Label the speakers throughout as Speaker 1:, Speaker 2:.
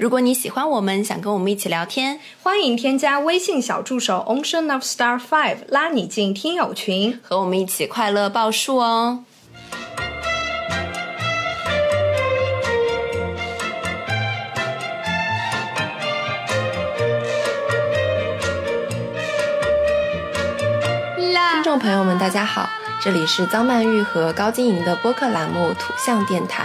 Speaker 1: 如果你喜欢我们，想跟我们一起聊天，
Speaker 2: 欢迎添加微信小助手 Ocean of Star Five，拉你进听友群。
Speaker 1: 和我们一起快乐报数哦。听众朋友们，大家好，这里是张曼玉和高晶莹的播客栏目《土象电台》，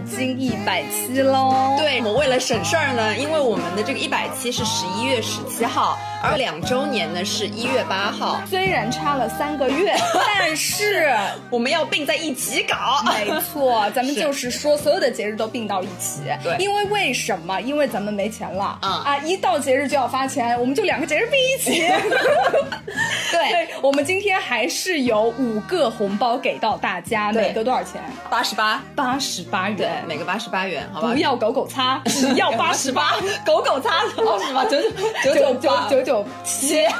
Speaker 2: 经一百期喽。
Speaker 3: 对，我们为了省事儿呢，因为我们的这个一百期是十一月十七号，而两周年呢是一月八号，
Speaker 2: 虽然差了三个月，但是
Speaker 3: 我们要并在一起搞。
Speaker 2: 没错， 咱们就是说所有的节日都并到一起。
Speaker 3: 对
Speaker 2: 因为为什么？因为咱们没钱了。
Speaker 3: 嗯
Speaker 2: 啊，一到节日就要发钱，我们就两个节日并一起。
Speaker 3: 对，
Speaker 2: 对，我们今天还是有五个红包给到大家，
Speaker 3: 对
Speaker 2: 每个多少钱？
Speaker 3: 八十八，
Speaker 2: 八十八
Speaker 3: 对
Speaker 2: 元，。
Speaker 3: 每个八十八元，好吧
Speaker 2: 不？要狗狗擦，只要八十八，
Speaker 3: 狗狗擦二十八，九九
Speaker 2: 九
Speaker 3: 九
Speaker 2: 九
Speaker 3: 九
Speaker 2: 九
Speaker 3: 九。
Speaker 2: 九七。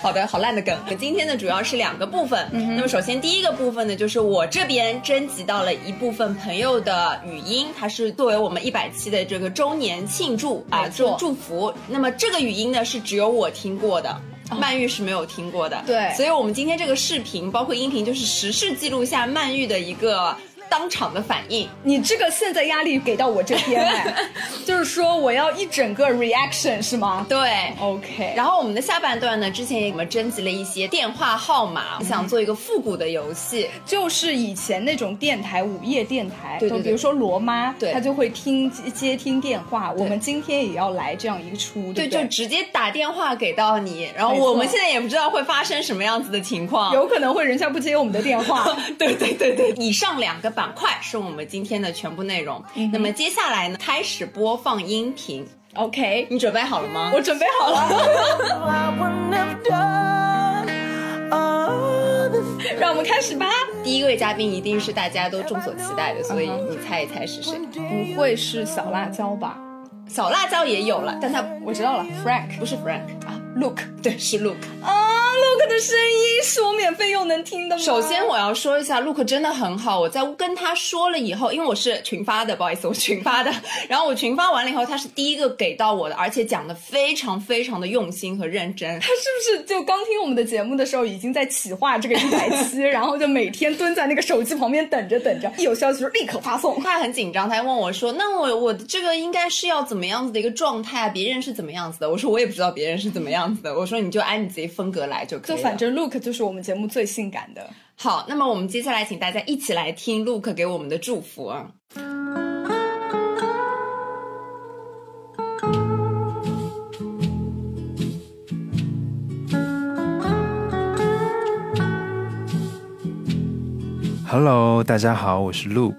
Speaker 3: 好的，好烂的梗。我们今天呢主要是两个部分。
Speaker 2: 嗯
Speaker 3: 那么首先第一个部分呢，就是我这边征集到了一部分朋友的语音，它是作为我们一百期的这个周年庆祝啊，
Speaker 2: 没错
Speaker 3: 祝祝福。那么这个语音呢是只有我听过的。
Speaker 2: 哦
Speaker 3: 曼玉是没有听过的，
Speaker 2: 对
Speaker 3: 所以我们今天这个视频包括音频，就是实时记录下曼玉的一个当场的反应。
Speaker 2: 你这个现在压力给到我这边 哎，就是说我要一整个 reaction 是吗
Speaker 3: 对，
Speaker 2: ？OK，
Speaker 3: 然后我们的下半段呢，之前我们征集了一些电话号码，想做一个复古的游戏，
Speaker 2: 嗯就是以前那种电台午夜电台，
Speaker 3: 对对
Speaker 2: 就
Speaker 3: 对
Speaker 2: 比如说罗妈，
Speaker 3: 对
Speaker 2: 她就会听接接听电话。我们今天也要来这样一个出，
Speaker 3: 对，
Speaker 2: 不
Speaker 3: 就直接打电话给到你，然后
Speaker 2: 没错
Speaker 3: 我们现在也不知道会发生什么样子的情况。
Speaker 2: 有可能会人家不接我们的电话。
Speaker 3: 对对对对，以上两个板块是我们今天的全部内容。
Speaker 2: 嗯
Speaker 3: 那么接下来呢，开始播放音频，
Speaker 2: OK，
Speaker 3: 你准备好了吗？
Speaker 2: 我准备好 了，
Speaker 4: I wouldn't have done all the
Speaker 2: 让我们开始吧。
Speaker 3: 第一位嘉宾一定是大家都众所期待的，所以
Speaker 2: 嗯
Speaker 3: 你猜一猜是谁？
Speaker 2: 不会是小辣椒吧？
Speaker 3: 小辣椒也有了，但他
Speaker 2: 我知道了，Frank
Speaker 3: 不是 Frank，
Speaker 2: 啊，Look
Speaker 3: 对，是 Luke。
Speaker 2: 啊，Look 的声音是我免费又能听的吗？
Speaker 3: 首先我要说一下，Look 真的很好。我在跟他说了以后，因为我是群发的，不好意思，我群发的。 然后我群发完了以后，他是第一个给到我的，而且讲的非常非常的用心和认真。
Speaker 2: 他是不是就刚听我们的节目的时候，已经在企划这个一百 期，然后就每天蹲在那个手机旁边等着等着，一有消息就立刻发送。
Speaker 3: 他还很紧张，他还问我说：“那我我的这个应该是要怎么样子的一个状态啊？别人是怎么样子的？”我说：“我也不知道别人是怎么样子的。”我说：“你就按你自己风格来就可以
Speaker 2: 就
Speaker 3: 了。”
Speaker 2: 反正 Look 就是我们节目最性感的，
Speaker 3: 好，那么我们接下来请大家一起来听 Luke 给我们的祝福啊。
Speaker 5: Hello，大家好，我是 Luke，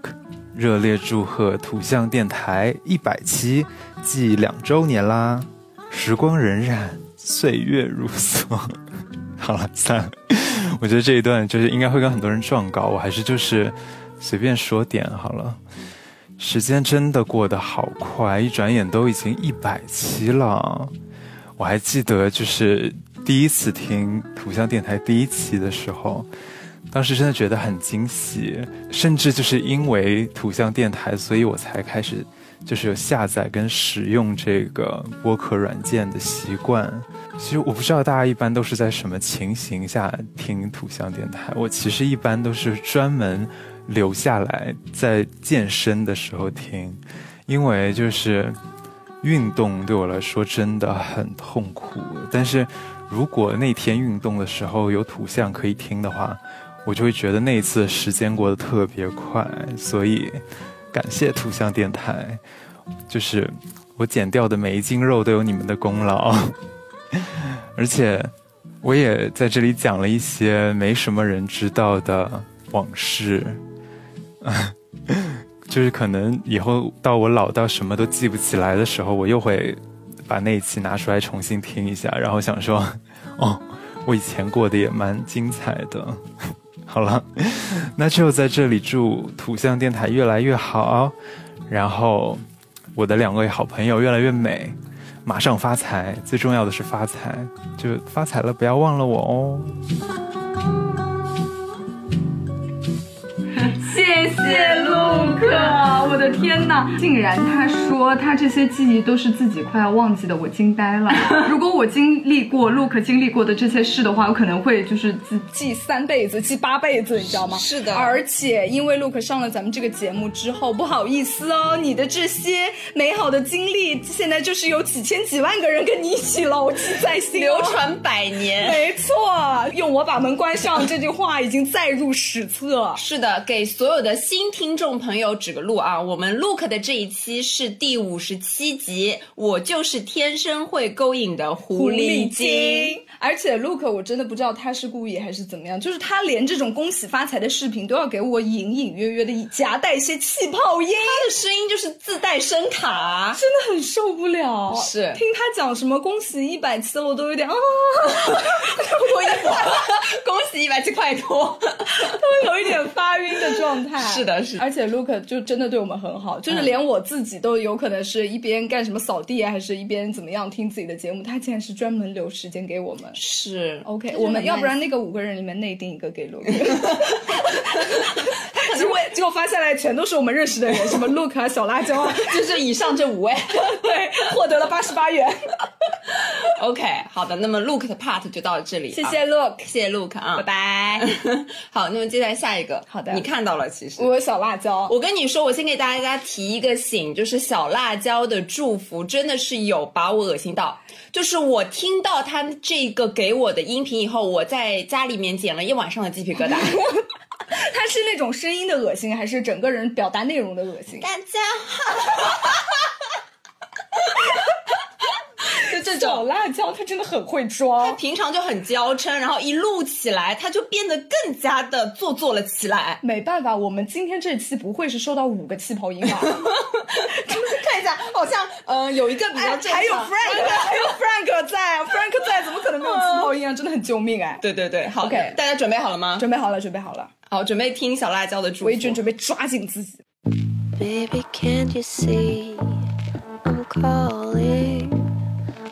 Speaker 5: 热烈祝贺土象电台一百期，即两周年啦！时光荏苒，岁月如梭。 好了，算了，我觉得这一段就是应该会跟很多人撞稿，我还是就是随便说点好了。时间真的过得好快，一转眼都已经一百期了。我还记得就是第一次听土象电台第一期的时候，当时真的觉得很惊喜，甚至就是因为土象电台，所以我才开始就是有下载跟使用这个播客软件的习惯。其实我不知道大家一般都是在什么情形下听土象电台，我其实一般都是专门留下来在健身的时候听，因为就是运动对我来说真的很痛苦，但是如果那天运动的时候有土象可以听的话，我就会觉得那一次时间过得特别快，所以感谢土象电台，就是我减掉的每一斤肉都有你们的功劳， 而且我也在这里讲了一些没什么人知道的往事， 就是可能以后到我老到什么都记不起来的时候，我又会把那一期拿出来重新听一下，然后想说，哦，我以前过得也蛮精彩的。 好了，那就在这里祝土象电台越来越好，然后我的两位好朋友越来越美，马上发财，最重要的是发财，就发财了，不要忘了我哦。
Speaker 2: 谢谢陆克，我的天哪！竟然他说他这些记忆都是自己快要忘记的，我惊呆 了。如果我经历过陆克经历过的这些事的话，我可能会就是记记三辈子、记八辈子，你知道吗？
Speaker 3: 是的
Speaker 2: 而且因为陆克上了咱们这个节目之后，不好意思哦，你的这些美好的经历，现在就是有几千几万个人跟你一起牢记在心、哦
Speaker 3: 流。传百年。
Speaker 2: 没错，用我把门关上这句话已经载入史册。
Speaker 3: 是的，给所有的新听众朋友指个路啊！我们 Look 的这一期是第五十七集，我就是天生会勾引的狐狸精。。
Speaker 2: 而且 Look，我真的不知道他是故意还是怎么样，就是他连这种恭喜发财的视频都要给我隐隐约约的夹带一些气泡音，
Speaker 3: 他的声音就是自带声卡，
Speaker 2: 真的很受不了。
Speaker 3: 是
Speaker 2: 听他讲什么恭喜一百期了，我都有点 啊，
Speaker 3: 脱衣服， 恭喜一百七快脱。
Speaker 2: 都有一点发晕的嗯状态。
Speaker 3: 是的是的
Speaker 2: 而且 Look 就真的对我们很好，就是连我自己都有可能是一边干什么扫地啊，还是一边怎么样听自己的节目，他竟然是专门留时间给我们。
Speaker 3: 是
Speaker 2: OK，我们要不然那个五个人里面内定一个给 Look，结果 结果发下来全都是我们认识的人，什么 Look 啊、小辣椒啊，
Speaker 3: 就是以上这五位。
Speaker 2: 对，获得了八十八元，
Speaker 3: OK，好的，那么 Look 的 part 就到这里、啊
Speaker 2: 谢谢，Look，
Speaker 3: 谢谢 Look 啊，
Speaker 2: 拜。拜。
Speaker 3: 好，那么接下来下一个，
Speaker 2: 好的
Speaker 3: 你看到了，其实
Speaker 2: 我有小辣椒，
Speaker 3: 哦我跟你说，我先给大家提一个醒，就是小辣椒的祝福真的是有把我恶心到。就是我听到他这个给我的音频以后，我在家里面剪了一晚上的鸡皮疙 瘩。
Speaker 2: 他是那种声音的恶心，还是整个人表达内容的恶心？
Speaker 3: 大家好，就这种
Speaker 2: 小。辣椒他真的很会装，
Speaker 3: 平常就很娇嗔，然后一录起来，他就变得更加的做作了起来。
Speaker 2: 没办法，我们今天这期不会是收到五个气泡音吧？
Speaker 3: 看一下，好像呃有一个比较
Speaker 2: 哎
Speaker 3: 正常，
Speaker 2: 还有 Frank，还有 Frank 在啊，Frank 在，怎么可能没有气泡音啊？真的很救命哎！
Speaker 3: 对对对，好
Speaker 2: OK
Speaker 3: 大家准备好了吗？
Speaker 2: 准备好了，准备好了，
Speaker 3: 好，准备听小辣椒的祝福。
Speaker 2: 我已经准备抓紧自己。
Speaker 6: Baby, can't you see? I'm calling.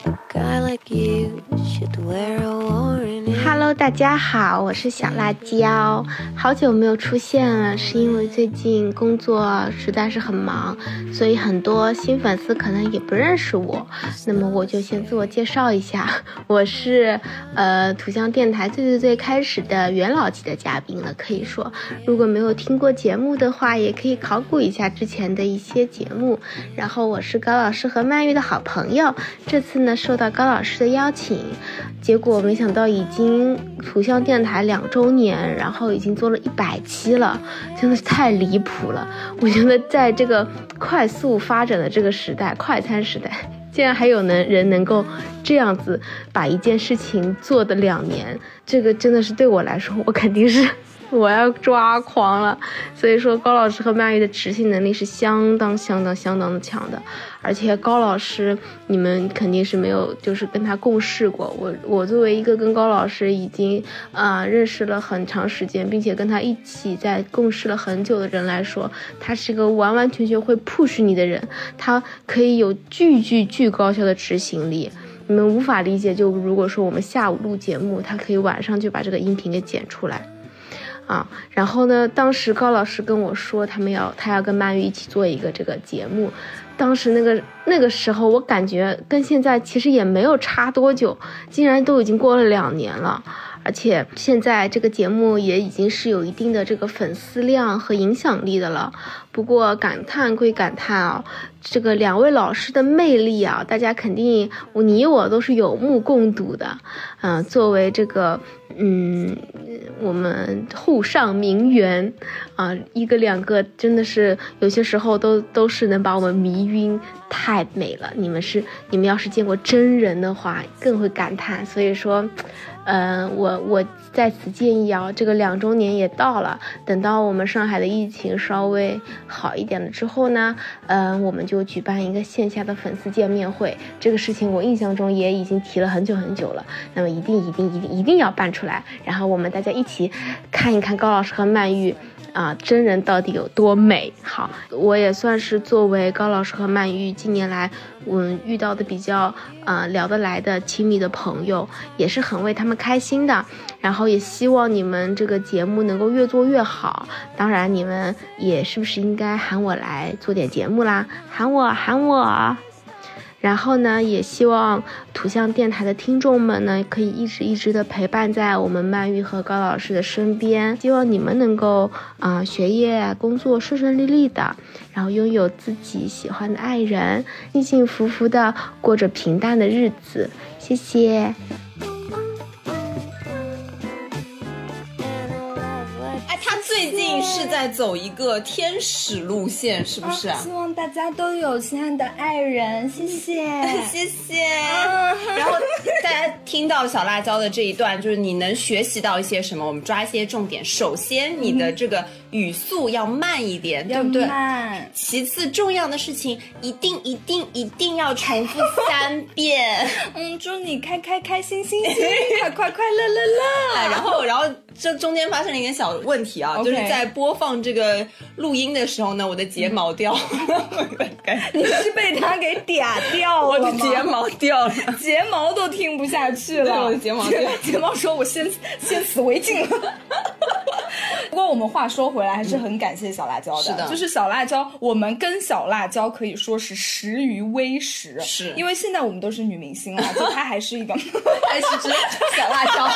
Speaker 6: A guy like you should wear a warning.
Speaker 7: Hello，大家好，我是小辣椒，好久没有出现了，是因为最近工作实在是很忙，所以很多新粉丝可能也不认识我，那么我就先自我介绍一下， 我是呃土象电台最最最开始的元老级的嘉宾了，可以说，如果没有听过节目的话，也可以考古一下之前的一些节目。然后我是高老师和曼玉的好朋友，这次呢受到高老师的邀请，结果没想到已经图像电台两周年，然后已经做了一百期了，真的是太离谱了。我觉得在这个快速发展的这个时代，快餐时代，竟然还有能人能够这样子把一件事情做的两年，这个真的是对我来说，我肯定是 我要抓狂了。所以说，高老师和曼玉的执行能力是相当、相当、相当的强的。而且高老师，你们肯定是没有就是跟他共事过。我我作为一个跟高老师已经啊、呃认识了很长时间，并且跟他一起在共事了很久的人来说，他是个完完全全会 push 你的人，他可以有巨巨巨高效的执行力。你们无法理解，就如果说我们下午录节目，他可以晚上就把这个音频给剪出来。啊，然后呢，当时高老师跟我说，他们要他要跟曼玉一起做一个这个节目，当时那个那个时候，我感觉跟现在其实也没有差多久，竟然都已经过了两年了。而且现在这个节目也已经是有一定的这个粉丝量和影响力的了。不过感叹归感叹啊、这个两位老师的魅力啊，大家肯定我你我都是有目共睹的。嗯、作为这个嗯，我们沪上名媛啊、一个两个真的是有些时候都都是能把我们迷晕，太美了。你们是你们要是见过真人的话，更会感叹。所以说，嗯、我我在此建议啊，这个两周年也到了，等到我们上海的疫情稍微好一点了之后呢，嗯、我们就举办一个线下的粉丝见面会。这个事情我印象中也已经提了很久很久了，那么一定一定一定一定要办出来，然后我们大家一起看一看高老师和曼玉。啊，真人到底有多美？好，我也算是作为高老师和曼玉近年来，嗯，遇到的比较呃聊得来的亲密的朋友，也是很为他们开心的。然后也希望你们这个节目能够越做越好。当然，你们也是不是应该喊我来做点节目啦？喊我，喊我。然后呢，也希望图像电台的听众们呢，可以一直一直的陪伴在我们曼玉和高老师的身边。希望你们能够啊、呃学业、工作顺顺利利的，然后拥有自己喜欢的爱人，幸幸福福的过着平淡的日子。谢谢。
Speaker 8: And I love what
Speaker 3: 哎，他最近是在走一个天使路线，是不是啊？
Speaker 2: 希望大家都有心爱的爱人，谢谢。
Speaker 3: 谢谢。 然后大家听到小辣椒的这一段，就是你能学习到一些什么？我们抓一些重点。首先，你的这个语速要慢一点，对不对？
Speaker 2: 慢，
Speaker 3: 其次，重要的事情一定一定一定要重复三遍。
Speaker 2: 嗯，祝你开开开心心 心，快快快乐乐乐。
Speaker 3: 哎，然后，然后这中间发生了一点小问题啊
Speaker 2: OK
Speaker 3: 就是在播放这个录音的时候呢，我的睫毛掉了，
Speaker 2: 你是被他给嗲掉
Speaker 3: 我
Speaker 2: 了
Speaker 3: 的
Speaker 2: 吗？
Speaker 3: 睫毛掉了，
Speaker 2: 睫毛都听不下去了，
Speaker 3: 对我的睫毛
Speaker 2: 睫睫毛说：“我先先死为敬。”不过我们话说回来，还是很感谢小辣椒的。
Speaker 3: 是的
Speaker 2: 就是小辣椒，我们跟小辣椒可以说是识于微时，
Speaker 3: 是
Speaker 2: 因为现在我们都是女明星 了，就她还是一个。
Speaker 3: 还是只小辣 椒。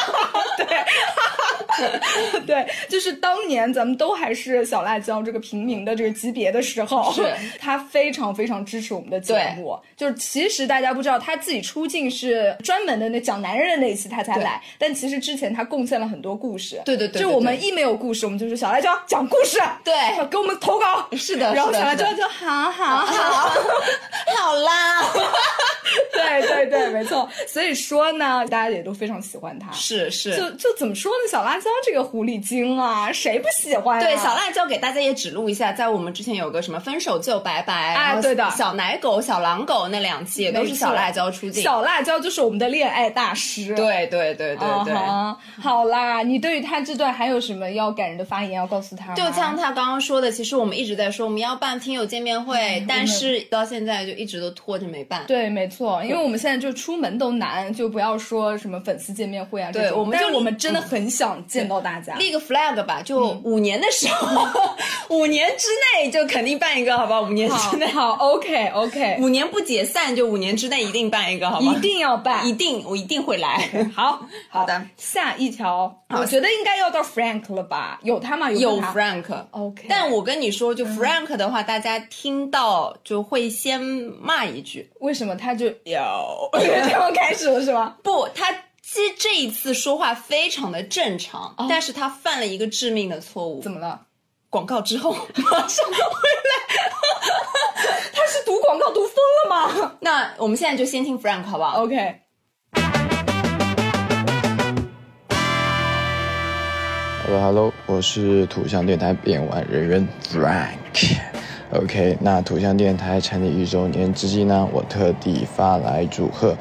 Speaker 2: 对，就是当年咱们都还是小辣椒这个平民的这个级别的时候，
Speaker 3: 是
Speaker 2: 他非常非常支持我们的节目。就是其实大家不知道，他自己出镜是专门的那讲男人的那一期他才来，但其实之前他贡献了很多故事。
Speaker 3: 对对对对
Speaker 2: 就我们一没有故事，我们就是小辣椒讲故事，
Speaker 3: 对
Speaker 2: 给我们投稿。
Speaker 3: 是的
Speaker 2: 然后
Speaker 3: 是的
Speaker 2: 小辣
Speaker 3: 是的
Speaker 2: 椒就好好好。
Speaker 3: 好啦，
Speaker 2: 对对对，没错。所以说呢，大家也都非常喜欢他。
Speaker 3: 是是，
Speaker 2: 就就怎么说呢？小辣椒这个狐狸精啊，谁不喜欢、啊？
Speaker 3: 对，小辣椒给大家也指路一下，在我们之前有个什么分手就拜拜，
Speaker 2: 哎
Speaker 3: 然后
Speaker 2: 对的
Speaker 3: 小奶狗、小狼狗那两期也都是小辣椒出镜。
Speaker 2: 小辣椒就是我们的恋爱大师。
Speaker 3: 对对对对对。
Speaker 2: 啊哈好啦，你对于他这段还有什么要感人的发言要告诉他吗？
Speaker 3: 就像他刚刚说的，其实我们一直在说我们要办听友见面会，但是到现在就一直都拖着没办。
Speaker 2: 嗯对，没错，因为我们现在就出门都难，就不要说什么粉丝见面会啊这
Speaker 3: 对
Speaker 2: 种
Speaker 3: 我们
Speaker 2: 但
Speaker 3: 就是嗯
Speaker 2: 我们真的很想见到大家。嗯
Speaker 3: 立个 flag 吧，就五 年的时候，五年之内就肯定办一个，好吧？五年之内，
Speaker 2: 好，OK OK，
Speaker 3: 五年不解散就五年之内一定办一个，好吧？
Speaker 2: 一定要办
Speaker 3: 一。定，我一定会来。好好的，，
Speaker 2: 下一条，
Speaker 3: 好
Speaker 2: 我觉得应该要到 Frank 了吧？有他吗？
Speaker 3: 有
Speaker 2: 他
Speaker 3: Frank。
Speaker 2: OK，嗯
Speaker 3: 但我跟你说，就 Frank 的话，大家听到就会先骂一句，
Speaker 2: 为什么他就有 这样开 始了是吗？
Speaker 3: 不，他这这一次说话非常的正常，但是他犯了一个致命的错误。
Speaker 2: 哦怎么了？
Speaker 3: 广 告之后马上回来？
Speaker 2: 他是读广告读疯了吗
Speaker 3: 那我们现在就先听 Frank 好不哎好？
Speaker 2: ？OK，
Speaker 9: Hello Hello，我是土象电台变玩人员 Frank。OK，那土象电台成立一周年之际呢，我特地发来祝贺。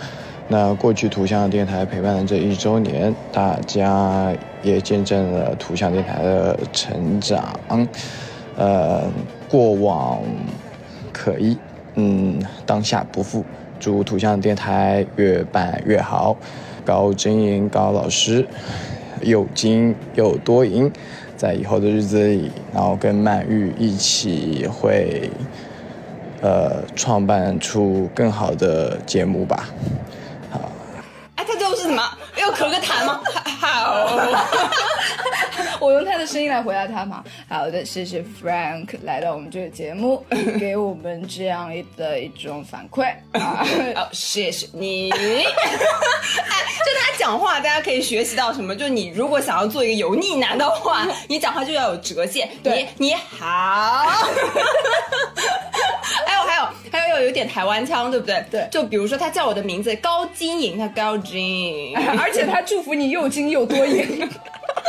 Speaker 9: 那过去土象电台陪伴了这一周年，大家也见证了土象电台的成长。呃，过往可以，嗯，当下不负。祝土象电台越办越好，高经营高老师，又精又多赢，在以后的日子里，然后跟曼玉一起会，呃，创办出更好的节目吧。
Speaker 3: 哎，他最后是什么？又咳个 痰吗？好，
Speaker 2: 我用他的声音来回答他嘛。好的，谢谢 Frank 来到我们这个节目， 给我们这样一的一种反馈 啊。
Speaker 3: 哦，谢谢你。哎，就他讲话，大家可以学习到什么？就你如果想要做一个油腻男的话，你讲话就要有折线。
Speaker 2: 嗯 对
Speaker 3: 哎你你好。还有还有还有又有点台湾腔，对不对？
Speaker 2: 对
Speaker 3: 就比如说他叫我的名字高金颖，他高金颖，
Speaker 2: 而且他祝福你又精又多赢。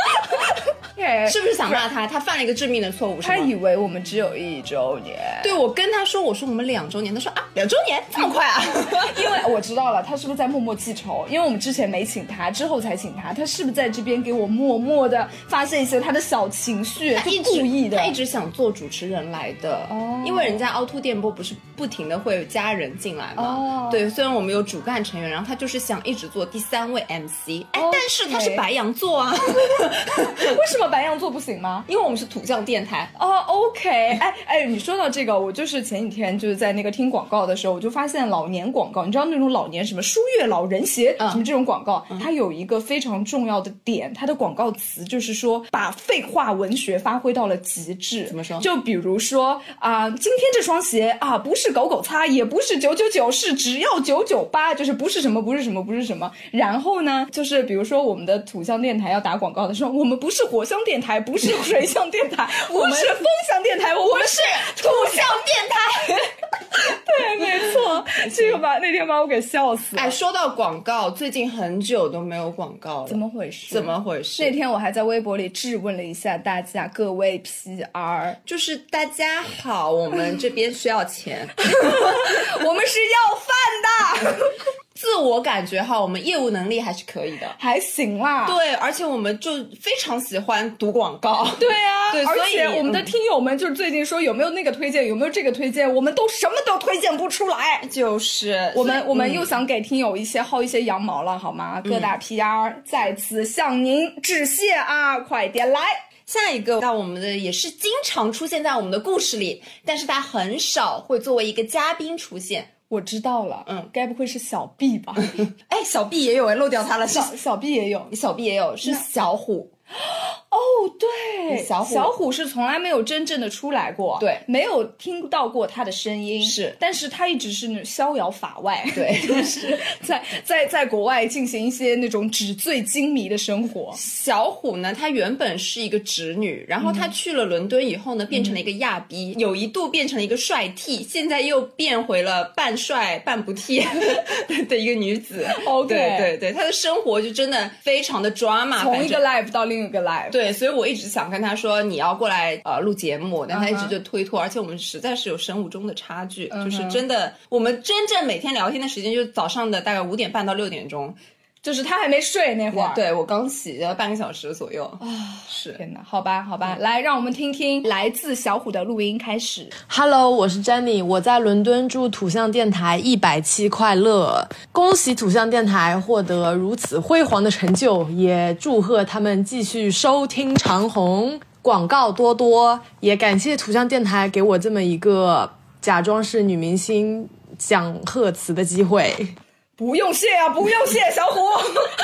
Speaker 2: 哎
Speaker 3: 是不是想骂他？他犯了一个致命的错误，是
Speaker 2: 他
Speaker 3: 吗？
Speaker 2: 以为我们只有一周年，
Speaker 3: 对，我跟他说，我说我们两周年，他说啊，两周年这么快啊？
Speaker 2: 因为我知道了，他是不是在默默记仇？因为我们之前没请他，之后才请他，他是不是在这边给我默默的发泄一些他的小情绪？
Speaker 3: 他一
Speaker 2: 就
Speaker 3: 直
Speaker 2: 故意的
Speaker 3: 他，一直想做主持人来的，
Speaker 2: 哦
Speaker 3: 因为人家凹凸电波不是不停的会有家人进来嘛，
Speaker 2: 哦
Speaker 3: 对，虽然我们有主干成员，然后他就是想一直做第三位 MC，哎，
Speaker 2: OK
Speaker 3: 但是他是白羊座啊，
Speaker 2: 为什么白羊座不行吗？
Speaker 3: 因为我们是土象电台，
Speaker 2: 哦、o k 哎哎，你说到这个，我就是前几天就是在那个听广告的时候，我就发现老年广告，你知道那种老年什么书月老人鞋、
Speaker 3: 嗯
Speaker 2: 什么这种广告，它有一个非常重要的点，它的广告词就是说把废话文学发挥到了极致。
Speaker 3: 怎么说
Speaker 2: 就比如说啊、今天这双鞋啊，不是狗狗擦，也不是九九九，是只要九九八，就是不是什么不是什么不是什么。然后呢，就是比如说我们的土象电台要打广告的时候，我们不是火象电台，不是水象电台， 我们是风象电台，我们是土象电台。 对，没错，这个把那天把我给笑死了。
Speaker 3: 哎，说到广告，最近很久都没有广告了，
Speaker 2: 怎么回事？
Speaker 3: 怎么回事？
Speaker 2: 那天我还在微博里质问了一下大家，各位 PR，
Speaker 3: 就是大家好，我们这边需要钱，
Speaker 2: 我们是要饭的，
Speaker 3: 自我感觉哈，我们业务能力还是可以的。
Speaker 2: 还行啦。
Speaker 3: 对，而且我们就非常喜欢读广告。
Speaker 2: 对啊，
Speaker 3: 对
Speaker 2: 而
Speaker 3: 所以
Speaker 2: 且我们的
Speaker 3: 嗯
Speaker 2: 听友们就是最近说有没有那个推荐，有没有这个推荐，我们都什么都推荐不出来。
Speaker 3: 就是嗯
Speaker 2: 我们我们又
Speaker 3: 想。
Speaker 2: 想给听友一些薅一些羊毛了，好吗？各
Speaker 3: 嗯
Speaker 2: 大 PR 在此向您致谢啊！快点来，
Speaker 3: 下一个到我们的也是经常出现在我们的故事里，但是他很少会作为一个嘉宾出现。
Speaker 2: 我知道了，
Speaker 3: 嗯，
Speaker 2: 该不会是小 B 吧？
Speaker 3: 哎，小 B 也有哎，漏掉他了。是
Speaker 2: 小小 B 也有
Speaker 3: 小 B 也有，是小虎。
Speaker 2: 哦，对，
Speaker 3: 小虎
Speaker 2: 小虎是从来没有真正的出来过，
Speaker 3: 对
Speaker 2: 没有听到过他的声音，
Speaker 3: 是
Speaker 2: 但是他一直是逍遥法外，
Speaker 3: 对
Speaker 2: 就是在在在国外进行一些那种纸醉金迷的生活，
Speaker 3: 小虎呢，她原本是一个直女，然后她去了伦敦以后呢，变成了一个
Speaker 2: 嗯
Speaker 3: 亚逼，有一度变成了一个帅 T，现在又变回了半帅半不 T 的一个女子。
Speaker 2: OK
Speaker 3: 对对对，她的生活就真的非常的 drama，
Speaker 2: 从
Speaker 3: 反
Speaker 2: 一个
Speaker 3: 正
Speaker 2: life 到另一个 life，
Speaker 3: 对，所以我一直想跟他说你要过来呃录节目，但他一
Speaker 2: 嗯
Speaker 3: 直就推脱而且我们实在是有生物钟的差距就是真的，我们真正每天聊天的时间就是早上的大概五点半到六点钟，
Speaker 2: 就是他还没睡那会儿，，
Speaker 3: 对我刚起呃半个小时左右啊，是。嗯
Speaker 2: 天哪，好吧，好吧，来，让我们听听来自小虎的录音开始，
Speaker 10: Hello，我是 Jenny，我在伦敦祝土象电台一百期快乐！恭喜土象电台获得如此辉煌的成就，也祝贺他们继续收听长虹，广告多多。也感谢土象电台给我这么一个假装是女明星讲贺词的机会。
Speaker 2: 不用谢啊，不用谢，小虎，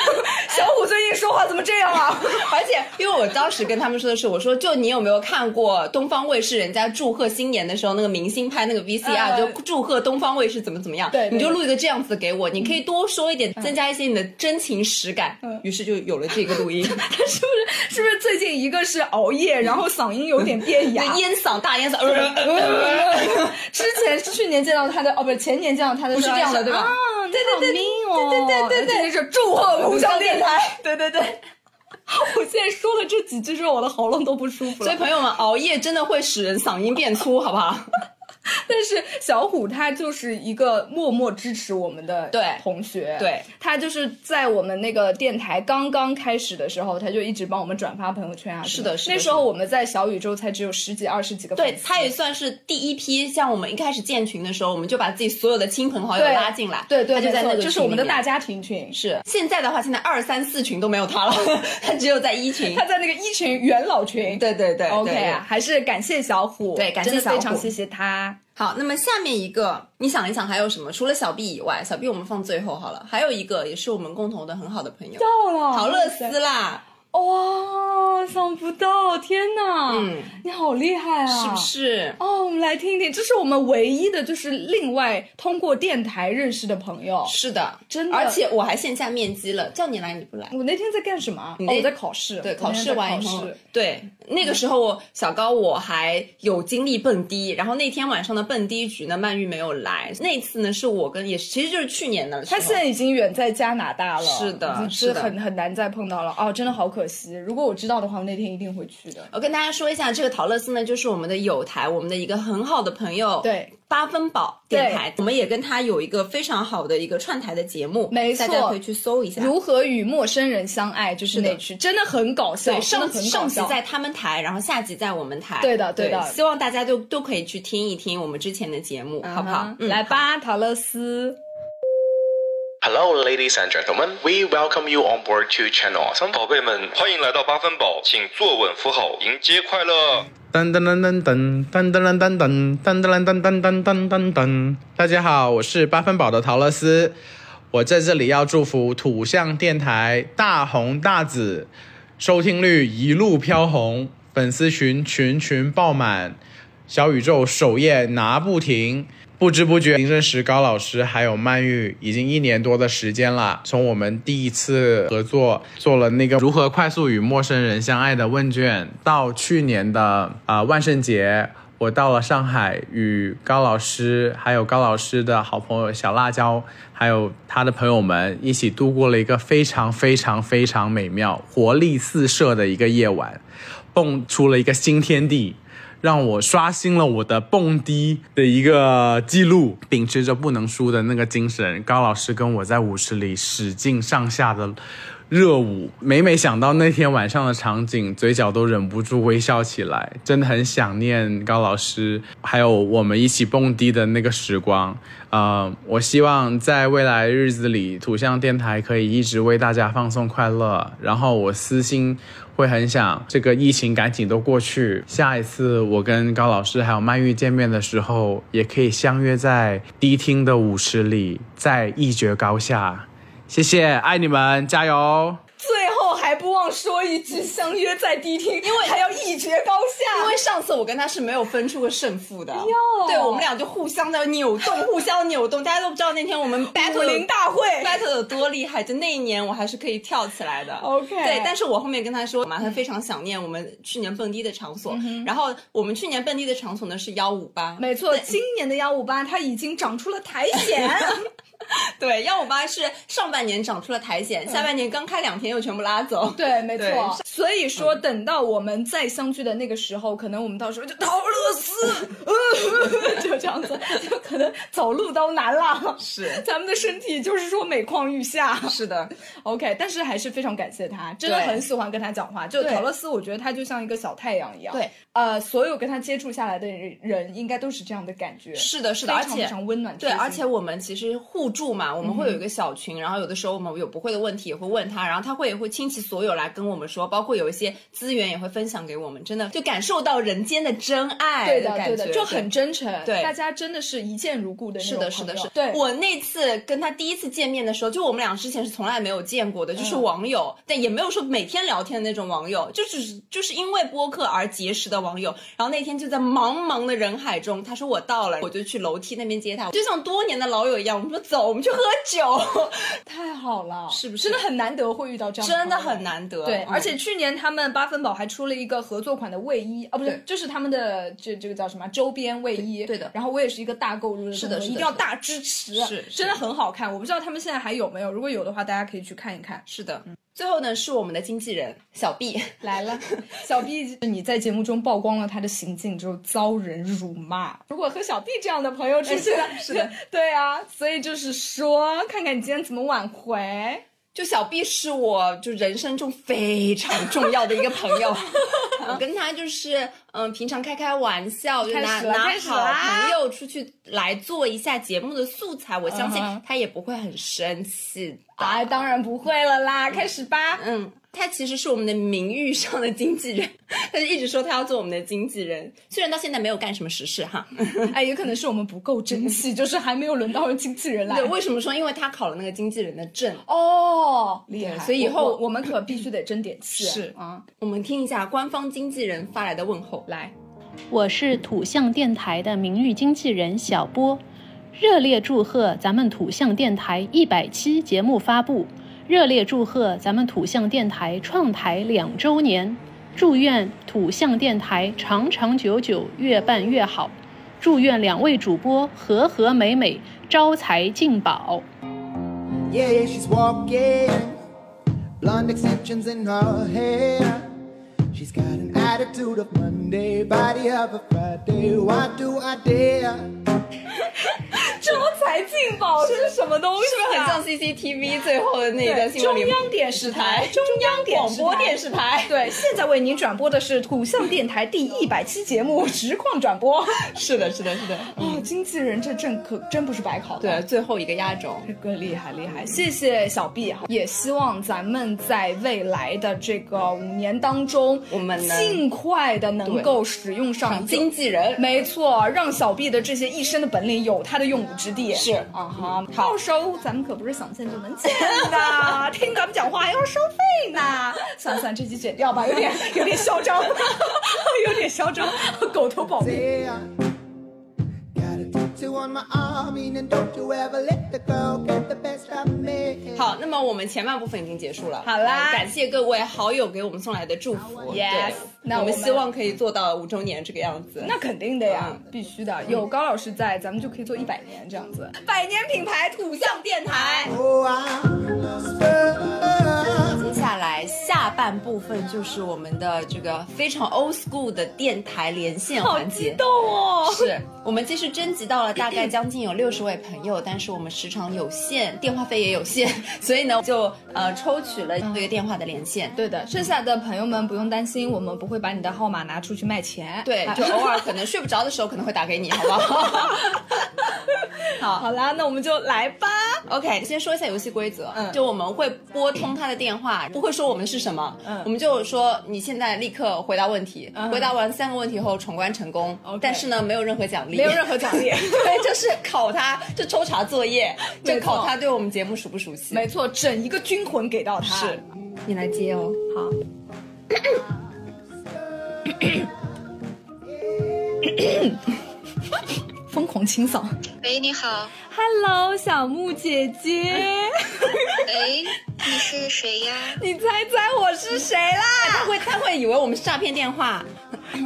Speaker 2: 小虎最近说话怎么这样啊？
Speaker 3: 而且，因为我当时跟他们说的是，我说就你有没有看过东方卫视人家祝贺新年的时候，那个明星拍那个 VCR，、
Speaker 2: 呃
Speaker 3: 就祝贺东方卫视怎么怎么样，
Speaker 2: 对对嗯
Speaker 3: 你就录一个这样子给我，你可以多说一点，增加一些你的真情实感，于是就有了这个录 音。
Speaker 2: 是不是？是不是最近一个是熬夜，然后嗓音有点变 哑
Speaker 3: 对，？烟嗓大 烟嗓，呃呃呃呃
Speaker 2: 之前去年见到他的，哦，不是前年见到他的
Speaker 3: 不
Speaker 2: 时
Speaker 3: 是
Speaker 2: 候
Speaker 3: 这
Speaker 2: 还
Speaker 3: 样
Speaker 2: 想，
Speaker 3: 的，对吧？
Speaker 2: 啊对对对对
Speaker 10: 哦
Speaker 2: 对对对对，是祝贺无上电台。对对对，我现在说了这几句之后，我的喉咙都不舒服
Speaker 3: 所
Speaker 2: 了
Speaker 3: 以。朋友们，熬夜真的会使人嗓音变粗，好不好？
Speaker 2: 但是小虎他就是一个默默支持我们的
Speaker 3: 对
Speaker 2: 同学，
Speaker 3: 对，
Speaker 2: 他就是在我们那个电台刚刚开始的时候，他就一直帮我们转发朋友圈啊什么。
Speaker 3: 是的是的
Speaker 2: 那时
Speaker 3: 是
Speaker 2: 候
Speaker 3: 的
Speaker 2: 我们在小宇宙才只有十几二十几个粉
Speaker 3: 对，
Speaker 2: 丝
Speaker 3: 他也算是第一批，像我们一开始建群的时候，我们就把自己所有的亲朋好友
Speaker 2: 对
Speaker 3: 拉进来，
Speaker 2: 对对，
Speaker 3: 他就
Speaker 2: 没
Speaker 3: 在那
Speaker 2: 错
Speaker 3: 个
Speaker 2: 就是我们的
Speaker 3: 群里面
Speaker 2: 大家庭群，
Speaker 3: 是现在的话，现在二三四群都没有 他了，他只有在一群。
Speaker 2: 他在那个一群元老群。
Speaker 3: 对对对
Speaker 2: OK
Speaker 3: 对
Speaker 2: 啊，还是感谢小虎，
Speaker 3: 对感谢
Speaker 2: 真的
Speaker 3: 小虎
Speaker 2: 非常谢谢他。
Speaker 3: 好，那么下面一个，你想一想还有什么？除了小 B 以外，小 B 我们放最后好了，还有一个也是我们共同的很好的朋友，
Speaker 2: 到了
Speaker 3: 陶乐斯啦。
Speaker 2: 哇，想不到，天哪！
Speaker 3: 嗯，
Speaker 2: 你好厉害啊！
Speaker 3: 是不？是？
Speaker 2: 哦，我们来听一听，这是我们唯一的，就是另外通过电台认识的朋友。
Speaker 3: 是的，
Speaker 2: 真的
Speaker 3: 而且我还线下面基了，叫你来你不来。
Speaker 2: 我那天在干什么啊？
Speaker 3: 你
Speaker 2: 哦
Speaker 3: 那
Speaker 2: 我在考试。
Speaker 3: 对，
Speaker 2: 我
Speaker 3: 考
Speaker 2: 那天
Speaker 3: 试
Speaker 2: 在
Speaker 3: 完以
Speaker 2: 考
Speaker 3: 后
Speaker 2: 试，嗯
Speaker 3: 对，那个时候我小高我还有精力蹦迪，然后那天晚上的蹦迪局呢，曼玉没有来。那次呢，是我跟也是其实就是去年的时
Speaker 2: 他
Speaker 3: 候，
Speaker 2: 现在已经远在加拿大了，
Speaker 3: 是的
Speaker 2: 已经
Speaker 3: 是的
Speaker 2: 很很难再碰到了。哦，真的好可惜。如果我知道的话，我那天一定会去的。
Speaker 3: 我跟大家说一下，这个陶乐斯呢，就是我们的友台，我们的一个很好的朋友，
Speaker 2: 对，
Speaker 3: 八分饱电台，我们也跟他有一个非常好的一个串台的节目，
Speaker 2: 没错
Speaker 3: 大家可以去搜一下。
Speaker 2: 如何与陌生人相爱，就是那句，真的很搞笑，
Speaker 3: 对，上
Speaker 2: 真的很搞
Speaker 3: 上集
Speaker 2: 笑。
Speaker 3: 在他们台，然后下集在我们台，
Speaker 2: 对的对的
Speaker 3: 希望大家都都可以去听一听我们之前的节目，好不好
Speaker 2: 啊？来吧，陶乐斯。
Speaker 11: Hello, ladies and gentlemen. We welcome you on board to Channel Awesome.
Speaker 12: 宝贝们，欢迎来到八分宝，请坐稳扶好，迎接快乐。
Speaker 9: 噔噔噔噔噔噔噔噔噔噔噔噔噔噔噔噔噔噔！大家好，我是八分宝的陶乐斯，我在这里要祝福土象电台大红大紫，收听率一路飘红，粉丝群群群爆满，小宇宙首页拿不停。不知不觉，林正石高老师还有曼玉已经一年多的时间了。从我们第一次合作做了那个如何快速与陌生人相爱的问卷，到去年的啊、呃万圣节，我到了上海，与高老师还有高老师的好朋友小辣椒，还有他的朋友们一起度过了一个非常非常非常美妙、活力四射的一个夜晚，蹦出了一个新天地。让我刷新了我的蹦迪的一个记录。秉持着不能输的那个精神，高老师跟我在舞池里使劲上下的热舞。每每想到那天晚上的场景，嘴角都忍不住微笑起来。真的很想念高老师，还有我们一起蹦迪的那个时光。呃，我希望在未来日子里，土象电台可以一直为大家放送快乐。然后我私心会很想这个疫情赶紧都过去，下一次我跟高老师还有曼玉见面的时候，也可以相约在迪厅的舞池里，再一决高下。谢谢，爱你们，加油！
Speaker 2: 最后还不忘说一句：相约在迪厅，因为还要一决高下。哎
Speaker 3: 因为上次我跟他是没有分出个胜负的，对我们俩就互相的扭动，互相扭动，大家都不知道那天我们 battle
Speaker 2: 武林大会
Speaker 3: battle 有多厉害，就那一年我还是可以跳起来的。
Speaker 2: OK
Speaker 3: 对，但是我后面跟他说，马他非常想念我们去年蹦迪的场所，然后我们去年蹦迪的场所呢是幺五八，
Speaker 2: 嗯没错，今年的幺五八它已经长出了苔藓，
Speaker 3: 对，幺五八是上半年长出了苔藓，下半年刚开两天又全部拉走。
Speaker 2: 对，没
Speaker 3: 对
Speaker 2: 错。所以说，等到我们再相聚的那个时候，可能我们到时候就陶乐斯， 呃 就这样子，就可能走路都难了。
Speaker 3: 是
Speaker 2: 咱们的身体就是说每况愈下。
Speaker 3: 是的，
Speaker 2: OK，但是还是非常感谢他，真的
Speaker 3: 对
Speaker 2: 很喜欢跟他讲话。就
Speaker 3: 对
Speaker 2: 陶乐斯，我觉得他就像一个小太阳一样。
Speaker 3: 对，
Speaker 2: 呃，所有跟他接触下来的人，应该都是这样的感觉。
Speaker 3: 是的，是的，
Speaker 2: 非
Speaker 3: 而
Speaker 2: 常
Speaker 3: 且
Speaker 2: 非常温暖贴
Speaker 3: 对，
Speaker 2: 心嗯
Speaker 3: 而且我们其实互助嘛，我们会有一个小群，然后有的时候我们有不会的问题也会问他，然后他会也会倾其所有来跟我们说，包括有一些资源也会分享给我们，真的就感受到人间的真爱
Speaker 2: 对
Speaker 3: 的
Speaker 2: 的，
Speaker 3: 感
Speaker 2: 对
Speaker 3: 觉，
Speaker 2: 的，就很真诚。
Speaker 3: 对
Speaker 2: 大家真的是一见如故的那
Speaker 3: 是
Speaker 2: 种
Speaker 3: 的，是的，
Speaker 2: 朋友
Speaker 3: 是。
Speaker 2: 对，
Speaker 3: 我那次跟他第一次见面的时候，就我们俩之前是从来没有见过的，
Speaker 2: 嗯
Speaker 3: 就是网友，但也没有说每天聊天的那种网友，就只是就是因为播客而结识的网友。然后那天就在茫茫的人海中，他说我到了，我就去楼梯那边接他，就像多年的老友一样，我们说走，我们去喝酒，
Speaker 2: 太好了，
Speaker 3: 是不是
Speaker 2: 真的很 难得会遇到这样，
Speaker 3: 真的很。难得。
Speaker 2: 对，
Speaker 3: 嗯
Speaker 2: 而且去年他们八分宝还出了一个合作款的卫衣，啊，不是，就是他们的这这个叫什么周边卫衣。
Speaker 3: 对对的
Speaker 2: 然后我也是一个大购入的，
Speaker 3: 是的是的
Speaker 2: 一定要大支持，
Speaker 3: 是的是
Speaker 2: 真的很好看。我不知道他们现在还有没有，如果有的话，大家可以去看一看。嗯
Speaker 3: 是的，最后呢是我们的经纪人小 B，
Speaker 2: 来了， 小 B，你在节目中曝光了他的行径之后，遭人辱骂。如果和小 B 这样的朋友
Speaker 3: 哎
Speaker 2: 出去了，是的， 对啊，所以就是说，看看你今天怎么挽回。
Speaker 3: 就小 B 是我就人生中非常重要的一个朋友，我跟他就是嗯，平常开开玩笑，就
Speaker 2: 开
Speaker 3: 拿
Speaker 2: 始了
Speaker 3: 拿
Speaker 2: 开始
Speaker 3: 好
Speaker 2: 啦
Speaker 3: 朋友出去来做一下节目的素材，我相信
Speaker 2: 嗯哼
Speaker 3: 他也不会很生气的。
Speaker 2: 啊，当然不会了啦，开始吧。
Speaker 3: 嗯，他其实是我们的名誉上的经纪人， 他就一直说他要做我们的经纪人，虽然到现在没有干什么实事哈。
Speaker 2: 哎，也可能是我们不够争 气，就是还没有轮到经纪人来。
Speaker 3: 对，为什么说？因为他考了那个经纪人的证。
Speaker 2: 哦，厉
Speaker 3: 对
Speaker 2: 害！
Speaker 3: 所以以
Speaker 2: 我
Speaker 3: 后
Speaker 2: 我我们可必须得争 点气。
Speaker 3: 是
Speaker 2: 啊，
Speaker 3: 我们听一下官方经纪人发来的问候，来。
Speaker 13: 我是土象电台的名誉经纪人小波，热烈祝贺咱们土象电台一百期节目发布，热烈祝贺咱们土象电台创台两周年，祝愿土象电台长长久久，越办越好，祝愿两位主播和和美美，招财进宝。
Speaker 14: Yeah, yeah, she's walking. Blonde extensions in her hair. She's got an attitude of Monday, body of a Friday. Why do I dare?
Speaker 2: 招财进宝这是什么东西、啊？
Speaker 3: 是不是很像 CCTV 最后的那个
Speaker 2: 对
Speaker 3: 新闻
Speaker 2: 中
Speaker 3: 联播
Speaker 2: 央电视台、
Speaker 3: 中央
Speaker 2: 电
Speaker 3: 广
Speaker 2: 视
Speaker 3: 播
Speaker 2: 台
Speaker 3: 电视台？
Speaker 2: 对，现在为您转播的是土象电台第一百期节目实况转播。
Speaker 3: 是的，是的，是的。嗯
Speaker 2: 哦，经纪人这证可真不是白考的。
Speaker 3: 对，最后一个压轴。
Speaker 2: 这个厉害厉害，谢谢小 B 哈，也希望咱们在未来的这个五年当中，我们
Speaker 3: 能
Speaker 2: 尽快的能够使用上经纪人，没错，让小 B 的这些一身的本领有他的用武之地。
Speaker 3: 是
Speaker 2: 啊哈，到时候咱们可不是想见就能见的， 听咱们讲话还要收费呢。算了算了，这集剪掉吧，有 点有点嚣张，有点嚣张，狗头保
Speaker 14: 命。Tattoo on my arm, meaning don't you ever let the girl get the best of me.
Speaker 3: 好，那么我们前半部分已经结束了。
Speaker 2: 好啦
Speaker 3: 呃感谢各位好友给我们送来的祝福。
Speaker 2: Yes，
Speaker 3: 对
Speaker 2: 那
Speaker 3: 我们
Speaker 2: 我们
Speaker 3: 希望可以做到五周年这个样子。嗯
Speaker 2: 那肯定的呀，必须的。有高老师在，咱们就可以做一百年这样子。百年品牌土象电台，
Speaker 3: 接下来下半部分就是我们的这个非常 old school 的电台连线环节。
Speaker 2: 动哦！
Speaker 3: 是我们其实征集到了大概将近有六十位朋友，但是我们时长有限，电话费也有限，所以呢就呃抽取了这个电话的连线。
Speaker 2: 对的，剩下的朋友们不用担心，我们不会把你的号码拿出去卖钱。啊
Speaker 3: 对，就偶尔可能睡不着的时候可能会打给你，好不 好？好，
Speaker 2: 好啦，那我们就来吧。
Speaker 3: OK，先说一下游戏规则，
Speaker 2: 嗯
Speaker 3: 就我们会拨通他的电话，不会说我们是什么，
Speaker 2: 嗯
Speaker 3: 我们就说你现在立刻回答问题，
Speaker 2: 嗯
Speaker 3: 回答完三个问题后闯关成功
Speaker 2: OK
Speaker 3: 但是呢没有任何奖励，
Speaker 2: 没有任何奖励
Speaker 3: 对，就是考他，就抽查作业，
Speaker 2: 没
Speaker 3: 就
Speaker 2: 错
Speaker 3: 考他对我们节目熟不熟悉。
Speaker 2: 没错，整一个军魂给到他。
Speaker 3: 是，你来接哦。
Speaker 2: 好。 疯狂清扫。
Speaker 15: 喂，你好，
Speaker 2: Hello，小木姐 姐。
Speaker 15: 喂，哎你是谁呀？
Speaker 2: 你猜猜我是谁啦？
Speaker 3: 他会他会以为我们是诈骗 电话，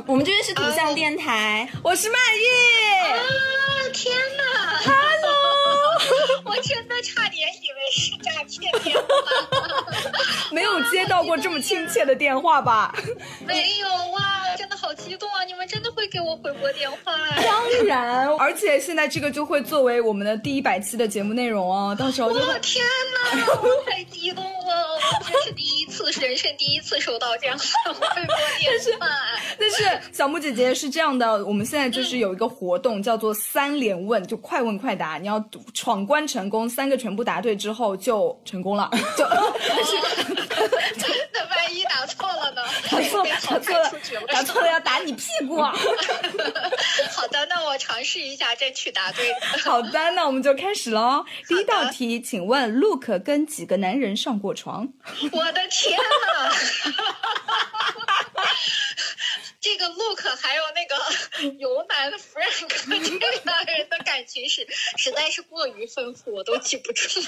Speaker 3: 我们这边是土象电台，
Speaker 2: 哦我是曼
Speaker 15: 啊
Speaker 2: 玉。，
Speaker 15: 天哪！Hello，我真的差点以为是诈骗电话，
Speaker 2: 没有接到过这么亲切的电话吧？
Speaker 15: 没有哇，真的好激动啊！你们真的会给我回拨电话？
Speaker 2: 当然，而且现在这个就会作为我们的第一百期的节目内容哦，到时候就
Speaker 15: 我
Speaker 2: 会。
Speaker 15: 天哪，我太激动了！我这是第一次，人生第一次收到这样的回拨电 话。
Speaker 2: 但是小木姐姐是这样的，我们现在就是有一个活动叫做三连问，就快问快答，你要闯关成功，三个全部答对之后就成功了， 就哦
Speaker 15: 那万一打错了呢？
Speaker 2: 打错
Speaker 15: 被
Speaker 2: 打
Speaker 15: 淘
Speaker 2: 错
Speaker 15: 汰
Speaker 2: 了
Speaker 15: 出局了，
Speaker 2: 打错了要打你屁股 啊！
Speaker 15: 好的，那我尝试一下，争取答对。
Speaker 2: 好的，那我们就开始喽。第一道题，请问 Luke 跟几个男人上过床？
Speaker 15: 我的天呐！ 这个 Look 还有那个尤南 Frank 这两个人的感情史实在是过于丰富，我都记不住。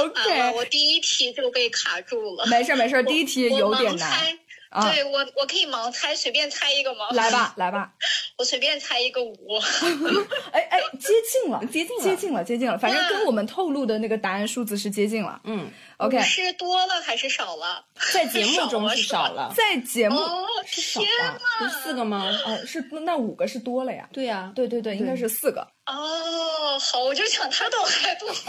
Speaker 2: OK
Speaker 15: 啊我第一题就被卡住了。
Speaker 2: 没事儿没事儿
Speaker 15: 我
Speaker 2: 第一题
Speaker 15: 我
Speaker 2: 有点
Speaker 15: 盲
Speaker 2: 难
Speaker 15: 猜
Speaker 2: 啊
Speaker 15: 对我，我可以盲猜，随便猜一个吗？
Speaker 2: 来吧，，来 吧。
Speaker 15: 我随便猜一个五。
Speaker 2: 哎哎，接近了，接近了，接近了，接近了。反正跟我们透露的那个答案数字是接近了。
Speaker 3: 嗯
Speaker 2: OK，
Speaker 15: 五是多了还是少了？
Speaker 3: 在节目中是少了，
Speaker 2: 在节目
Speaker 15: 哦，
Speaker 2: 是少
Speaker 15: 天
Speaker 2: 吧？
Speaker 3: 不是四个吗？
Speaker 2: 哦，是那五个是多了呀？
Speaker 3: 对呀、
Speaker 2: 对对对，应该是四个。
Speaker 15: 哦，好，我就想他倒还不错，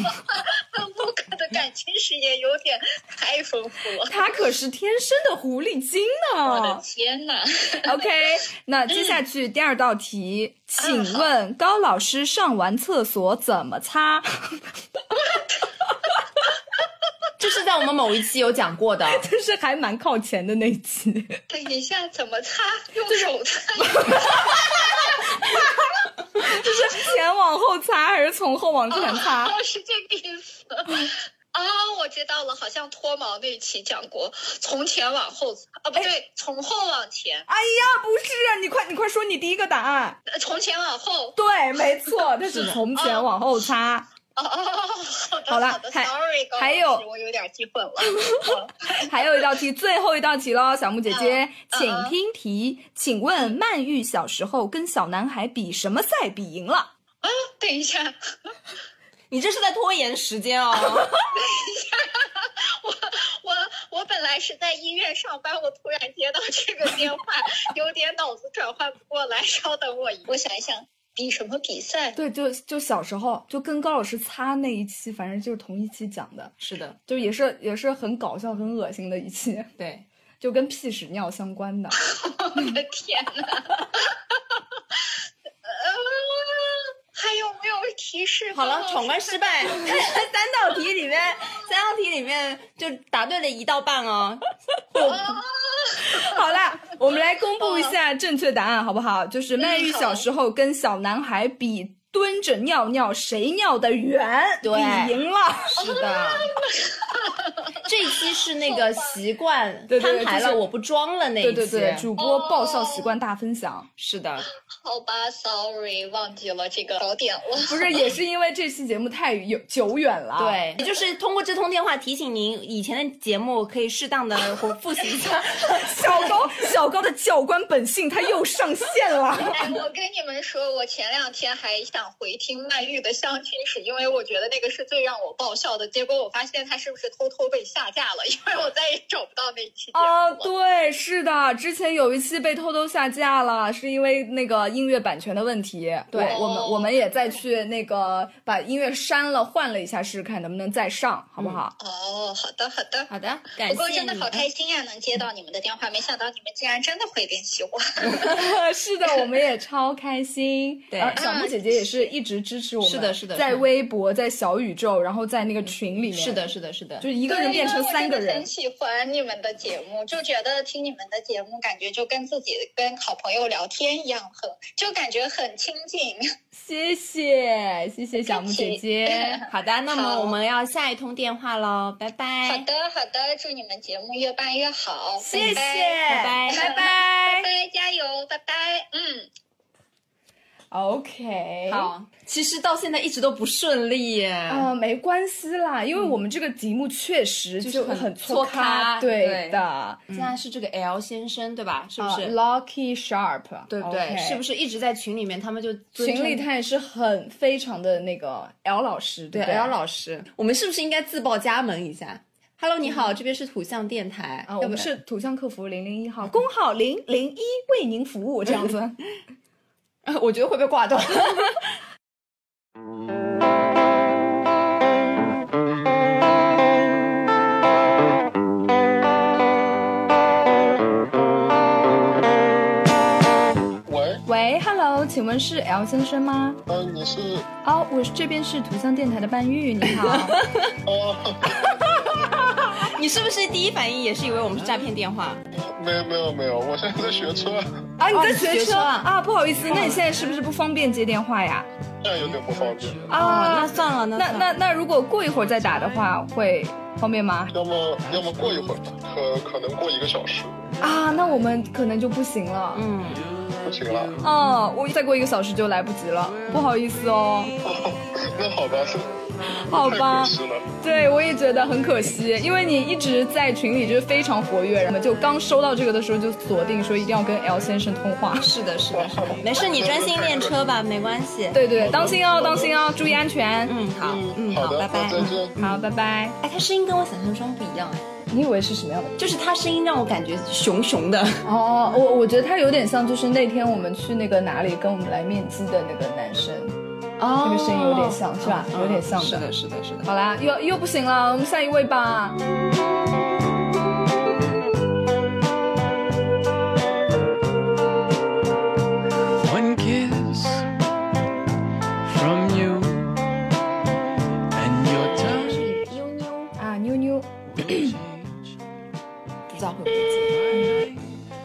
Speaker 15: 那 Luke 的感情史也有点太丰富了。
Speaker 2: 他可是天生的狐狸精呢！
Speaker 15: 我的天嗯哪
Speaker 2: OK，那接下去第二道题，请问高老师上完厕所怎么擦？
Speaker 3: 这是在我们某一期有讲过的，
Speaker 2: 就是还蛮靠前的那一期。
Speaker 15: 等一下，怎么擦？用手擦？
Speaker 2: 就是前往后擦，还是从后往前 擦？
Speaker 15: 哦，是这个意思。啊、我知道了，好像脱毛那期讲过，从前往后擦啊，不对，从后往前，
Speaker 2: 哎呀，不是啊，你快你快说你第一个答案。
Speaker 15: 呃从前往后。
Speaker 2: 对，没 错，它是从前往后擦。
Speaker 15: 哦哦哦，好的
Speaker 2: 好了
Speaker 15: 好的
Speaker 2: 还
Speaker 15: ，sorry，高老师
Speaker 2: 还有
Speaker 15: 我有点记混 了。
Speaker 2: 还有一道题，最后一道题喽，小木姐姐，请听题，请问曼玉小时候跟小男孩比什么赛比赢了？
Speaker 15: 啊，等一 下，
Speaker 3: 你这是在拖延时间哦。
Speaker 15: 我我本来是在医院上班，我突然接到这个电话，有点脑子转换不过来，稍等我一，我想一想， 比什么比赛？
Speaker 2: 对，就就小时候就跟高老师擦那一期，反正就是同一期讲的，
Speaker 3: 是的，
Speaker 2: 就也是也是很搞笑、很恶心的一期，
Speaker 3: 对，
Speaker 2: 就跟屁屎尿相 关的。
Speaker 15: 我的天哪！呃， 还有没有提示？
Speaker 3: 好了，闯关失 败，三道题里面，三道题里面就答对了一道 半哦。
Speaker 15: 啊
Speaker 2: 好啦，我们来公布一下正确答案，好不好？就是曼玉小时候跟小男孩比蹲着尿尿，谁尿的远，
Speaker 3: 对哦
Speaker 2: 比赢了。
Speaker 3: 是的，这一期是那个习惯
Speaker 2: 对对
Speaker 3: 摊
Speaker 2: 对
Speaker 3: 牌
Speaker 2: 就
Speaker 3: 了，
Speaker 2: 是
Speaker 3: 我不装了那
Speaker 2: 对
Speaker 3: 一期。哦
Speaker 2: 对对，主播爆笑习惯大分享。
Speaker 3: 是的，
Speaker 15: 好吧，sorry，忘记了这个早点了。
Speaker 2: 不是，也是因为这期节目太有久远了。啊
Speaker 3: 对，也就是通过这通电话提醒您，以前的节目可以适当的复习一下。
Speaker 2: 小高，小高的教官本性他又 上线了。
Speaker 15: 哎，我跟你们说，我前两天还想回听曼玉的相亲史，因为我觉得那个是最让我爆笑的。结果我发现他是不是偷偷被下架了？因为我再也找不到那期节目
Speaker 2: 啊，
Speaker 15: 了。
Speaker 2: 对，是的，之前有一期被偷偷下架了，是因为那个音乐版权的问题。
Speaker 3: 对
Speaker 2: 我我们我们也再去那个把音乐删了，换了一下试试看能不能再上，好不好？
Speaker 3: 嗯
Speaker 15: 哦，好的好的
Speaker 3: 好的，
Speaker 15: 嗯不过真的
Speaker 2: 你啊
Speaker 15: 好开心啊呀、能接到你们的电话，没想到你们竟然真的会联系我。
Speaker 2: 是的，我们也超开心。
Speaker 3: 对
Speaker 2: 呃小
Speaker 15: 啊
Speaker 2: 木姐姐也是一直支持我们。
Speaker 3: 是的是的
Speaker 2: 在微博、在小宇宙，然后在那个群里面。
Speaker 3: 是的，是的，是的，
Speaker 2: 就一个人变成三个
Speaker 15: 对因为我真的
Speaker 2: 人
Speaker 15: 很。喜欢你们的节目，就觉得听你们的节目，感觉就跟自己跟好朋友聊天一样，很就感觉很亲近。
Speaker 2: 谢谢，谢谢小木姐 姐。
Speaker 3: 好的，那么我们要下一通电话喽，拜拜。
Speaker 15: 好的，好的，祝你们节目越办越好，
Speaker 2: 谢谢
Speaker 15: 拜
Speaker 2: 拜拜
Speaker 15: 拜拜，加油，拜拜，嗯，
Speaker 2: OK，
Speaker 3: 好，其实到现在一直都不顺利耶。
Speaker 2: 啊、没关系啦，因为我们这个题目确实
Speaker 3: 就
Speaker 2: 就是
Speaker 3: 很
Speaker 2: 很
Speaker 3: 错咖
Speaker 2: 咖，
Speaker 3: 对嗯
Speaker 2: 的，
Speaker 3: 现在是这个 L 先生对吧？是不是？
Speaker 2: 啊？Lucky Sharp，
Speaker 3: 对不对？是不
Speaker 2: 是？
Speaker 3: 是一直在群里面，他们就尊称
Speaker 2: 群里他也是很非常的那个 L 老师，
Speaker 3: 对
Speaker 2: 不
Speaker 3: L 老师，我们是不是应该自报家门一下？Hello，你好，这边是土象电台
Speaker 2: 嗯啊，我
Speaker 3: 要不
Speaker 2: 们
Speaker 3: 然
Speaker 2: 是土象客服零零一号，工号零零一为您服务，这样子。
Speaker 3: 我觉得会被挂断。
Speaker 4: 喂，
Speaker 2: 喂，Hello，请问是 L 先生吗？
Speaker 4: 呃，你是
Speaker 2: 哦，我是这边是土象电台的半玉，你 好。
Speaker 3: 你是不是第一反应也是以为我们是诈骗电话？
Speaker 4: 没有没有没有，我现在在学车，
Speaker 2: 啊，你
Speaker 3: 哦
Speaker 2: 在
Speaker 3: 你
Speaker 2: 学
Speaker 3: 学
Speaker 2: 车
Speaker 3: 车啊
Speaker 2: 啊？不好意思，那你现在是不是不方便接电话呀？
Speaker 4: 这样有点不方便。
Speaker 2: 啊，
Speaker 3: 那算了，那
Speaker 2: 那那那如果过一会儿再打的话，会方便吗？
Speaker 4: 要么要么过一会儿吧，可可能过一个小时，
Speaker 2: 啊，那我们可能就不行了。嗯，
Speaker 4: 不行了。
Speaker 2: 哦，我再过一个小时就来不及了，不好意思哦。
Speaker 4: 那好吧，是
Speaker 2: 好
Speaker 4: 太
Speaker 2: 吧
Speaker 4: 可惜了。
Speaker 2: 对，我也觉得很可惜，因为你一直在群里就是非常活跃，然后就刚收到这个的时候就锁定说一定要跟 L 先生通话。
Speaker 3: 是的，是的，是的，没事，你专心练车吧，没关系。
Speaker 2: 对对，当心哦，当心哦，注意安全。嗯，
Speaker 3: 好，嗯，好，拜拜，
Speaker 2: 嗯好，拜拜。
Speaker 3: 哎，他声音跟我想象中不一样哎，
Speaker 2: 你以为是什么样的？
Speaker 3: 就是他声音让我感觉熊熊的。
Speaker 2: 哦，我我觉得他有点像，就是那天我们去那个哪里跟我们来面基的那个男生，
Speaker 3: 哦
Speaker 2: 这个声音有点像，是吧？
Speaker 3: 嗯
Speaker 2: 有点像
Speaker 3: 是的，是的，是的。
Speaker 2: 好啦，又又不行了，我们下一位吧。
Speaker 16: One kiss from you, and you're done.
Speaker 2: 妞妞啊，妞妞，不知道会不会接，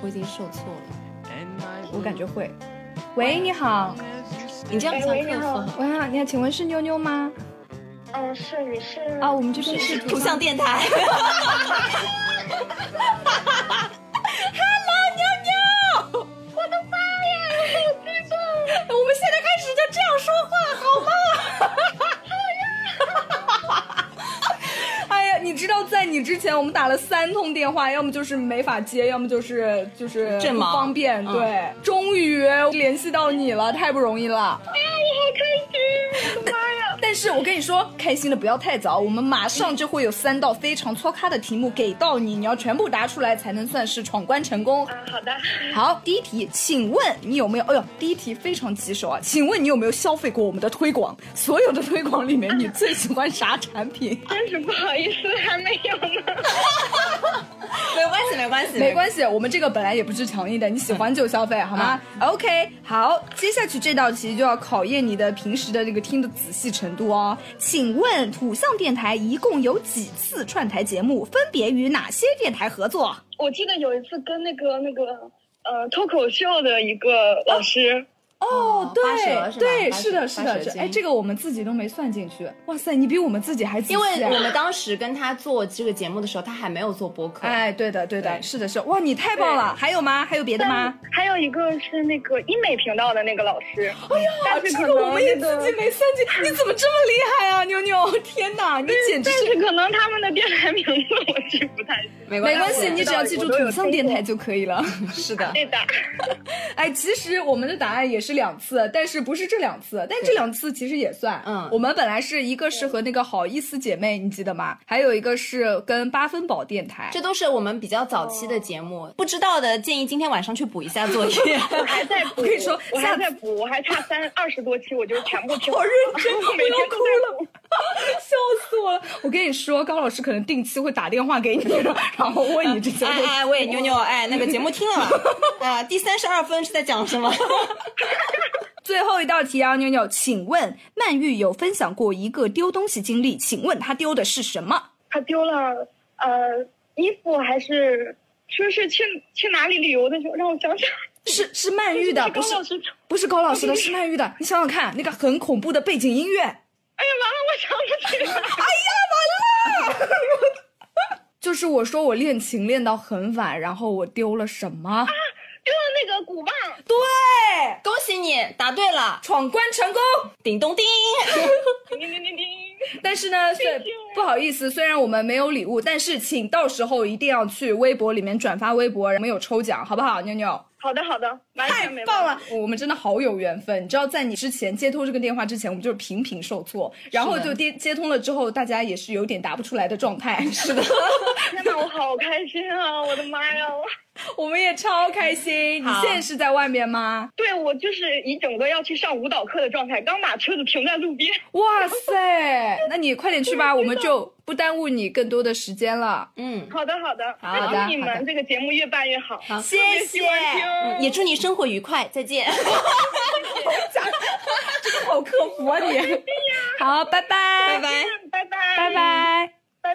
Speaker 2: 我已经受挫了，我感觉会。喂，你好，
Speaker 3: 你这样
Speaker 2: 喂
Speaker 3: 像
Speaker 2: 喂
Speaker 3: 客服
Speaker 2: 你好喂，你好，你好，请问是妞妞吗？
Speaker 17: 哦
Speaker 18: 嗯，是你是
Speaker 2: 啊，我们这边是
Speaker 3: 图像电台。
Speaker 2: Hello，妞妞，我的妈呀，有激动！我们现在开始就这样说话好吗？哎呀，你知道，在你之前我们打了三通电话，要么就是没法接，要么就是就是
Speaker 3: 正
Speaker 2: 不
Speaker 3: 忙
Speaker 2: 方便。
Speaker 3: 嗯
Speaker 2: 对，终于联系到你了，太不容易了。哎呀，我好开心！我的妈呀！但是我跟你说，开心的不要太早，我们马上就会有三道非常搓咖的题目给到你，你要全部答出来才能算是闯关成功。
Speaker 18: 嗯好的，
Speaker 2: 好，第一题，请问你有没有？哎呦，第一题非常棘手啊！请问你有没有消费过我们的推广？所有的推广里面，你最喜欢啥产品？
Speaker 18: 真是不好意思，还没有呢。
Speaker 3: 没关系，没关系，
Speaker 2: 没关系，我们这个本来也不是强硬的，你喜欢就消费，好吗、o
Speaker 3: 嗯
Speaker 2: k 好，接下去这道题就要考验你的平时的这个听的仔细程度哦。请问土象电台一共有几次串台节目，分别与哪些电台合作？
Speaker 18: 我记得有一次跟那个那个呃脱口秀的一个老师，
Speaker 2: 哦，
Speaker 18: 八折
Speaker 2: 对
Speaker 18: 是吧
Speaker 2: 对，
Speaker 18: 八
Speaker 2: 是的，
Speaker 18: 折
Speaker 2: 是
Speaker 18: 八
Speaker 2: 的，
Speaker 18: 折
Speaker 2: 这
Speaker 18: 金
Speaker 2: 哎，这个我们自己都没算进去。哇塞，你比我们自己还仔细
Speaker 3: 因
Speaker 2: 啊、
Speaker 3: 为我们当时跟他做这个节目的时候，他还没有做播客。
Speaker 2: 哎，对的，对的，是的，是的哇，你太棒了！还有吗？还有别的吗？
Speaker 18: 但嗯还有一个是那个医美频道的那个老师，哎呀
Speaker 2: 啊
Speaker 18: 但是
Speaker 2: 这
Speaker 18: 可
Speaker 2: 个
Speaker 18: 能
Speaker 2: 我们也
Speaker 18: 那
Speaker 2: 自
Speaker 18: 个
Speaker 2: 己没算 进，你怎么这么厉害啊，妞妞？天哪，你简直
Speaker 18: 但是可能他们的电台名字我记不太清，
Speaker 2: 没关系，你只要记住土象电台就可以了。
Speaker 3: 是的，
Speaker 18: 对的。。
Speaker 2: 哎，其实我们的答案也是两次，但是不是这两次，但这两次其实也算。嗯，我们本来是一个是和那个好意思姐妹，你记得吗？还有一个是跟八分宝电台。
Speaker 3: 这都是我们比较早期的节目，不知道的建议今天晚上去补一下 作业
Speaker 18: 我还在补，
Speaker 3: 我跟你说，
Speaker 18: 我还
Speaker 3: 下次
Speaker 18: 在补，我还差三二十多期，我就全部听完了。
Speaker 2: 啊我
Speaker 18: 每
Speaker 2: 要
Speaker 18: 天
Speaker 2: 哭
Speaker 18: 都
Speaker 2: 了， 笑死我了！我跟你说，高老师可能定期会打电话给你，然后问你这些。
Speaker 3: 哎哎喂，妞妞，哎，那个节目听 了吗？啊，第三十二分是在讲什么？
Speaker 2: 最后一道题啊，妞妞，请问曼玉有分享过一个丢东西经历，请问她丢的是什么？
Speaker 18: 他丢了呃衣服还是说是去去哪里旅游的时候，让我想想，
Speaker 2: 是是曼玉 的，不
Speaker 18: 高
Speaker 2: 是
Speaker 18: 老师。
Speaker 2: 不是高老师的，是曼玉的。你想想看，那个很恐怖的背景音乐，
Speaker 18: 哎呀，完了，我 想不起来。
Speaker 2: 哎呀，完了！就是我说我练琴练到很晚，然后我丢了什么？
Speaker 18: 啊丢了那个鼓棒。
Speaker 2: 对，
Speaker 3: 恭喜你答对了，
Speaker 2: 闯关成功，
Speaker 3: 叮 咚叮。
Speaker 18: 叮叮叮叮。
Speaker 2: 但是呢，虽不好意思，虽然我们没有礼物，但是请到时候一定要去微博里面转发微博，我们有抽奖，好不好？妞妞。
Speaker 18: 好的，好的，完
Speaker 2: 太棒了！我们真的好有缘分，你知道，在你之前接通这个电话之前，我们就是频频受挫，然后
Speaker 18: 是
Speaker 2: 就
Speaker 18: 的
Speaker 2: 接接通了之后，大家也是有点答不出来的状态。是的，
Speaker 18: 天哪，我好开心啊！我的妈呀！我
Speaker 2: 我们也超开心。你
Speaker 18: 好
Speaker 2: 现在是在外面吗？
Speaker 18: 对我就是一整个要去上舞蹈课的状态，刚把车子停在路边。
Speaker 2: 哇塞， 那你快点去吧，我们就不耽误你更多的时间了。
Speaker 3: 嗯，
Speaker 18: 好的，好的，
Speaker 2: 好的
Speaker 18: 那祝你
Speaker 2: 好的
Speaker 18: 们这个节目越办越好，特
Speaker 3: 谢
Speaker 18: 别
Speaker 3: 谢
Speaker 18: 喜欢听。，
Speaker 3: 嗯也祝你生活愉快，再见。
Speaker 2: 这个好客服啊 你。好，拜拜，
Speaker 3: 拜拜，
Speaker 18: 拜拜，
Speaker 2: 拜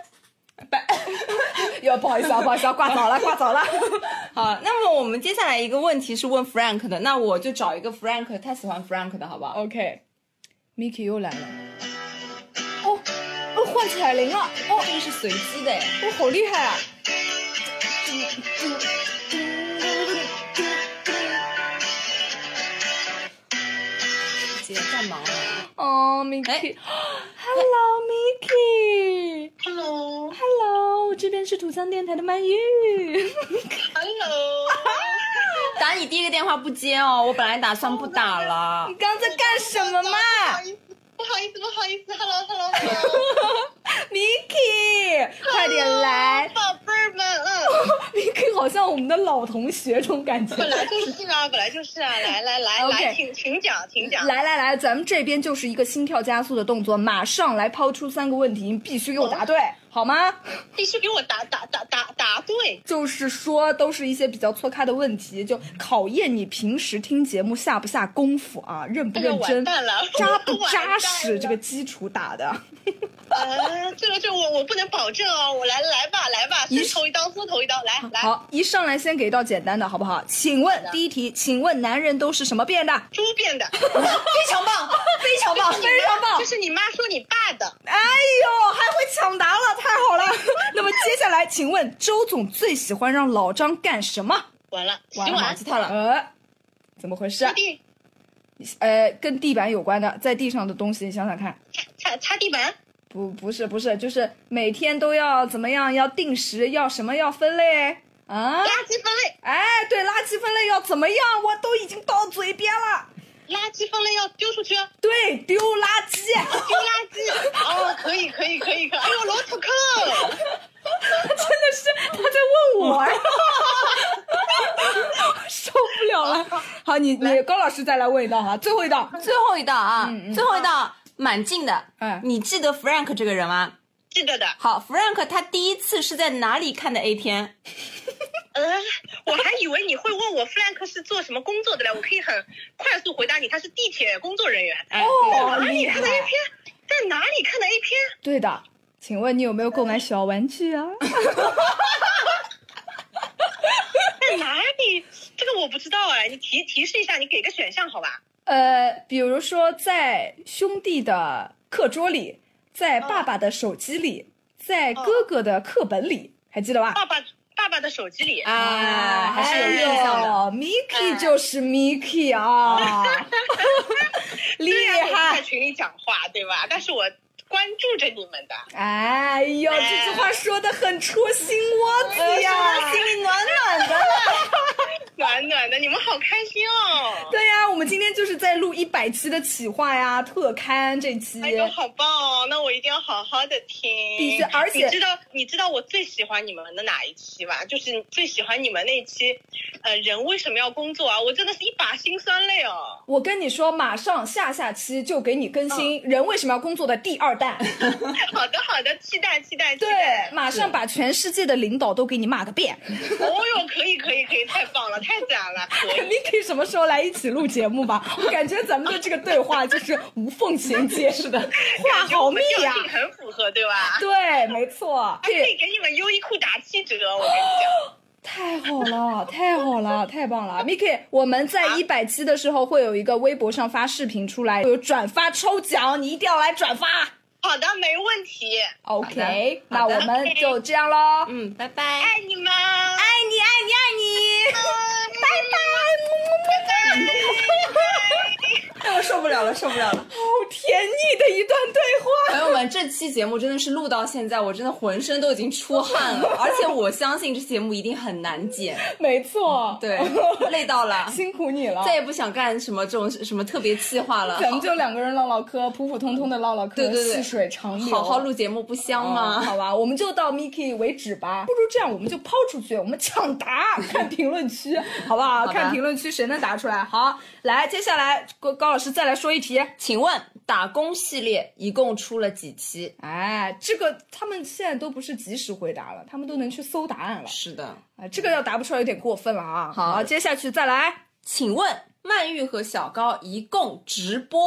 Speaker 2: 拜。 哟，不好意思啊，不好意思啊，挂早了，挂早了。
Speaker 3: 好，那么我们接下来一个问题是问 Frank 的，那我就找一个 Frank，他喜欢 Frank 的好不好
Speaker 2: ？OK。Miki 又来了。哦，哦，换彩铃了。哦，
Speaker 3: 这个是随机的哎。
Speaker 2: 哦，好厉害啊！
Speaker 18: 嗯
Speaker 3: 姐干嘛啊呢？
Speaker 2: 哦，Miki。Hello 哦 Miki。
Speaker 18: Hello。
Speaker 2: Hello，这边是土象电台的曼玉。
Speaker 18: Hello。
Speaker 3: 打你第一个电话不接哦，我本来打算不打了。
Speaker 2: 你刚才干什么嘛
Speaker 18: 不好意思，不好意思，Hello，Hello，
Speaker 2: ？Miki，快点来。
Speaker 18: 啊宝贝儿们。嗯
Speaker 2: Miki 好像到我们的老同学，这种感觉。
Speaker 18: 本来就是啊，本来就是 啊，来来来
Speaker 2: OK
Speaker 18: 来，请请讲，请讲，
Speaker 2: 来来来，咱们这边就是一个心跳加速的动作，马上来抛出三个问题，你必须给我答对，好吗？
Speaker 18: 嗯必须给我答答答答答对。
Speaker 2: 就是说，都是一些比较错开的问题，就考验你平时听节目下不下功夫啊，认不
Speaker 18: 哎呀
Speaker 2: 认真，
Speaker 18: 完蛋了
Speaker 2: 扎不
Speaker 18: 完蛋
Speaker 2: 扎
Speaker 18: 了
Speaker 2: 实，这个基础打的。
Speaker 18: 啊，这个这我我不能保证哦，我来来吧来吧，先头一刀先头一刀，来来，
Speaker 2: 好， 一上来先给到简单的，好不好？请问第一题，请问男人都是什么变的？
Speaker 18: 猪变 的，
Speaker 2: 非常棒，非常棒，
Speaker 18: 这是
Speaker 2: 非
Speaker 18: 你妈
Speaker 2: 常棒
Speaker 18: 这。是你妈说你爸 的，
Speaker 2: 哎呦，还会抢答了，太好了。 那么接下来，请问周总最喜欢让老张干什么？
Speaker 18: 完啊了，洗
Speaker 2: 完了，
Speaker 18: 碗
Speaker 2: 吉他了。呃，怎么回事？
Speaker 18: 地，
Speaker 2: 呃，跟地板有关的，在地上的东西，你想想看。
Speaker 18: 擦擦地板，
Speaker 2: 不，不是，不是，就是每天都要怎么样？要定时，要什么？要分类啊？
Speaker 18: 垃圾分类。
Speaker 2: 哎，对，垃圾分类要怎么样？我都已经到嘴边了。
Speaker 18: 垃圾分类要丢出去。
Speaker 2: 对，丢垃圾，
Speaker 18: 丢垃圾。哦，可以可以可以可以，哎呦，罗土克，
Speaker 2: 真的是他在问我，哎受不了了。好，你你高老师再来问一道哈，最后一道，嗯
Speaker 3: 最后一道啊，最后一道蛮近的。
Speaker 2: 哎，
Speaker 3: 你记得 Frank 这个人吗？
Speaker 18: 记得的。
Speaker 3: 好，Frank 他第一次是在哪里看的 A 片？
Speaker 18: 呃，我还 以为你会问我 Frank 是做什么工作的嘞，我可以很快速回答你，他是地铁工作人员。哎
Speaker 2: 哦
Speaker 18: 在哪里
Speaker 2: 厉害
Speaker 18: 看的 A 片？在哪里看的 A 片？
Speaker 2: 对的，请问你有没有购买小玩具啊？
Speaker 18: 在哪里？这个我不知道哎，你提提示一下，你给个选项好吧？
Speaker 2: 呃，比如说在兄弟的课桌里，在爸爸的手机里，在哥哥的课本里，还记得吧？
Speaker 18: 哦爸爸爸爸的手机里哎
Speaker 2: 啊，
Speaker 18: 还是有印象的。哦
Speaker 2: Miki 就是 Miki 啊， 厉
Speaker 18: 虽然我不在
Speaker 2: 害！
Speaker 18: 群里讲话对吧？但是我关注着你们的。
Speaker 2: 哎呦，这句话说的很戳心窝子呀，
Speaker 18: 哎说得心里暖
Speaker 2: 暖的。
Speaker 18: 暖暖的，你们好开心哦！
Speaker 2: 对呀，我们今天就是在录一百期的企划呀，特刊这期。
Speaker 18: 哎呦，好棒哦！那我一定要好好的听。
Speaker 2: 必须而且
Speaker 18: 你知道，你知道我最喜欢你们的哪一期吧？就是最喜欢你们那一期，呃，人为什么要工作啊？我真的是一把辛酸泪哦。
Speaker 2: 我跟你说，马上下下期就给你更新《人为什么要工作》的第二弹。
Speaker 18: 好的，好的，期待，期待，期
Speaker 2: 对
Speaker 18: 待。，
Speaker 2: 马上把全世界的领导都给你骂个遍。
Speaker 18: 哦哟，可以，可以，可以，太棒了，太赞了，可以。
Speaker 2: Miki 什么时候来一起录节目吧？我感觉咱们的这个对话就是无缝衔 接似的，话
Speaker 18: 感觉
Speaker 2: 好
Speaker 18: 我
Speaker 2: 密
Speaker 18: 们调
Speaker 2: 呀、
Speaker 18: 性很符合，对
Speaker 2: 啊
Speaker 18: 吧？
Speaker 2: 对，没错，
Speaker 18: 还可以给你们优衣库打七折，我跟你讲。
Speaker 2: 太好了，太好了，太棒了，Miki！我们在一百期的时候会有一个微博上发视频出来，有转发抽奖，你一定要来转发。
Speaker 18: 好的，没问题。
Speaker 2: OK，那
Speaker 18: 好的
Speaker 2: 我们就这样喽。
Speaker 3: 嗯，拜拜，
Speaker 18: 爱你们，爱
Speaker 2: 你，爱你，爱你，
Speaker 18: 拜
Speaker 2: 拜，
Speaker 18: 么么
Speaker 3: 哎，我受不了了，受不了了！
Speaker 2: 好哦甜蜜的一段对
Speaker 3: 朋
Speaker 2: 话。
Speaker 3: 友们，这期节目真的是录到现在，我真的浑身都已经出汗了，而且我相信这节目一定很难剪。
Speaker 2: 没错，
Speaker 3: 对，累到了，
Speaker 2: 辛苦你了。
Speaker 3: 再也不想干什么这种什么特别企划了。
Speaker 2: 咱们就两个人唠唠嗑，普普通通的唠唠嗑，
Speaker 3: 对对对
Speaker 2: 细水长流，
Speaker 3: 好好录节目不香吗？
Speaker 2: 哦好吧，我们就到 Miki 为止吧。不如这样，我们就抛出去，我们抢 答，看评论区，好不好？
Speaker 3: 好的
Speaker 2: 看评论区谁能答出来。好，来，接下来高高老师再来说一题。
Speaker 3: 请问打工系列一共出了几期？
Speaker 2: 哎，这个他们现在都不是及时回答了，他们都能去搜答案了。
Speaker 3: 是的，
Speaker 2: 哎，这个要答不出来有点过分了啊。
Speaker 3: 好
Speaker 2: 接下去再来，
Speaker 3: 请问曼玉和小高一共直播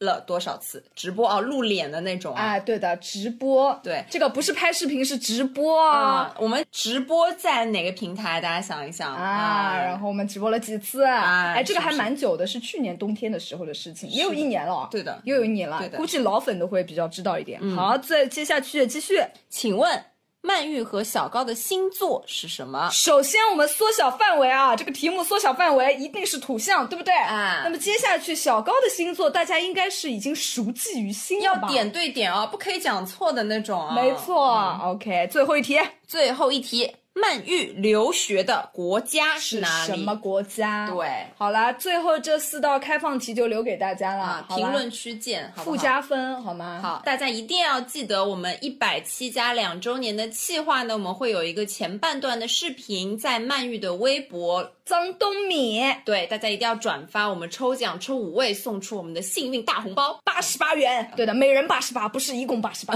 Speaker 3: 了多少次？直播啊，露脸的那种啊。
Speaker 2: 哎，对的，直播，
Speaker 3: 对，
Speaker 2: 这个不是拍视频，是直播啊
Speaker 3: 啊。，我们直播在哪个平台？大家想一想
Speaker 2: 啊，然后我们直播了几次，
Speaker 3: 啊
Speaker 2: 哎，这个
Speaker 3: 是
Speaker 2: 还
Speaker 3: 不是
Speaker 2: 蛮久的，是去年冬天的时候的事情，也有一年了，啊
Speaker 3: 对的，
Speaker 2: 也有一年了
Speaker 3: 对，的
Speaker 2: 估计老粉都会比较知道一点。
Speaker 3: 嗯
Speaker 2: 好，再接下去继续，
Speaker 3: 请问曼玉和小高的星座是什么？
Speaker 2: 首先我们缩小范围啊，这个题目缩小范围一定是土象，对不对？
Speaker 3: 啊
Speaker 2: 那么接下去小高的星座，大家应该是已经熟记于心了
Speaker 3: 要
Speaker 2: 吧？
Speaker 3: 点对点哦，不可以讲错的那种啊。
Speaker 2: 没错、o k 最后一题，
Speaker 3: 最后一题，曼玉留学的国家是哪里？
Speaker 2: 什么国家？
Speaker 3: 对，
Speaker 2: 好啦，最后这四道开放题就留给大家了，好吧
Speaker 3: 啊评论区见，好不
Speaker 2: 附
Speaker 3: 好
Speaker 2: 加分好吗？
Speaker 3: 好，大家一定要记得我们一百期加两周年的计划呢，我们会有一个前半段的视频在曼玉的微博
Speaker 2: 张东米，
Speaker 3: 对，大家一定要转发，我们抽奖抽五位送出我们的幸运大红包，
Speaker 2: 八十八 元，对的，每人八十八，不是一共八十八。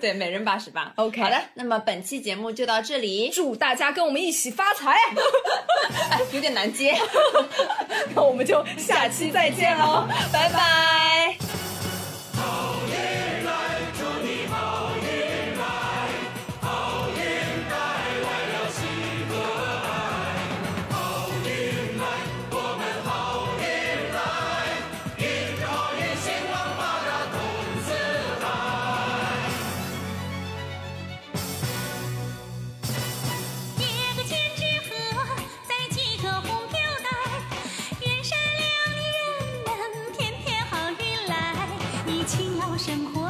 Speaker 3: 对，每人八十 八。
Speaker 2: OK，
Speaker 3: 好的，那么本期节目就到这里，
Speaker 2: 祝大家跟我们一起发财，
Speaker 3: 哎有点难 接，
Speaker 2: 那我们就下期再见喽，
Speaker 3: 拜拜。
Speaker 17: 一个千纸鹤，载几个红飘带，愿善良的人们天天好运来，一起要生活。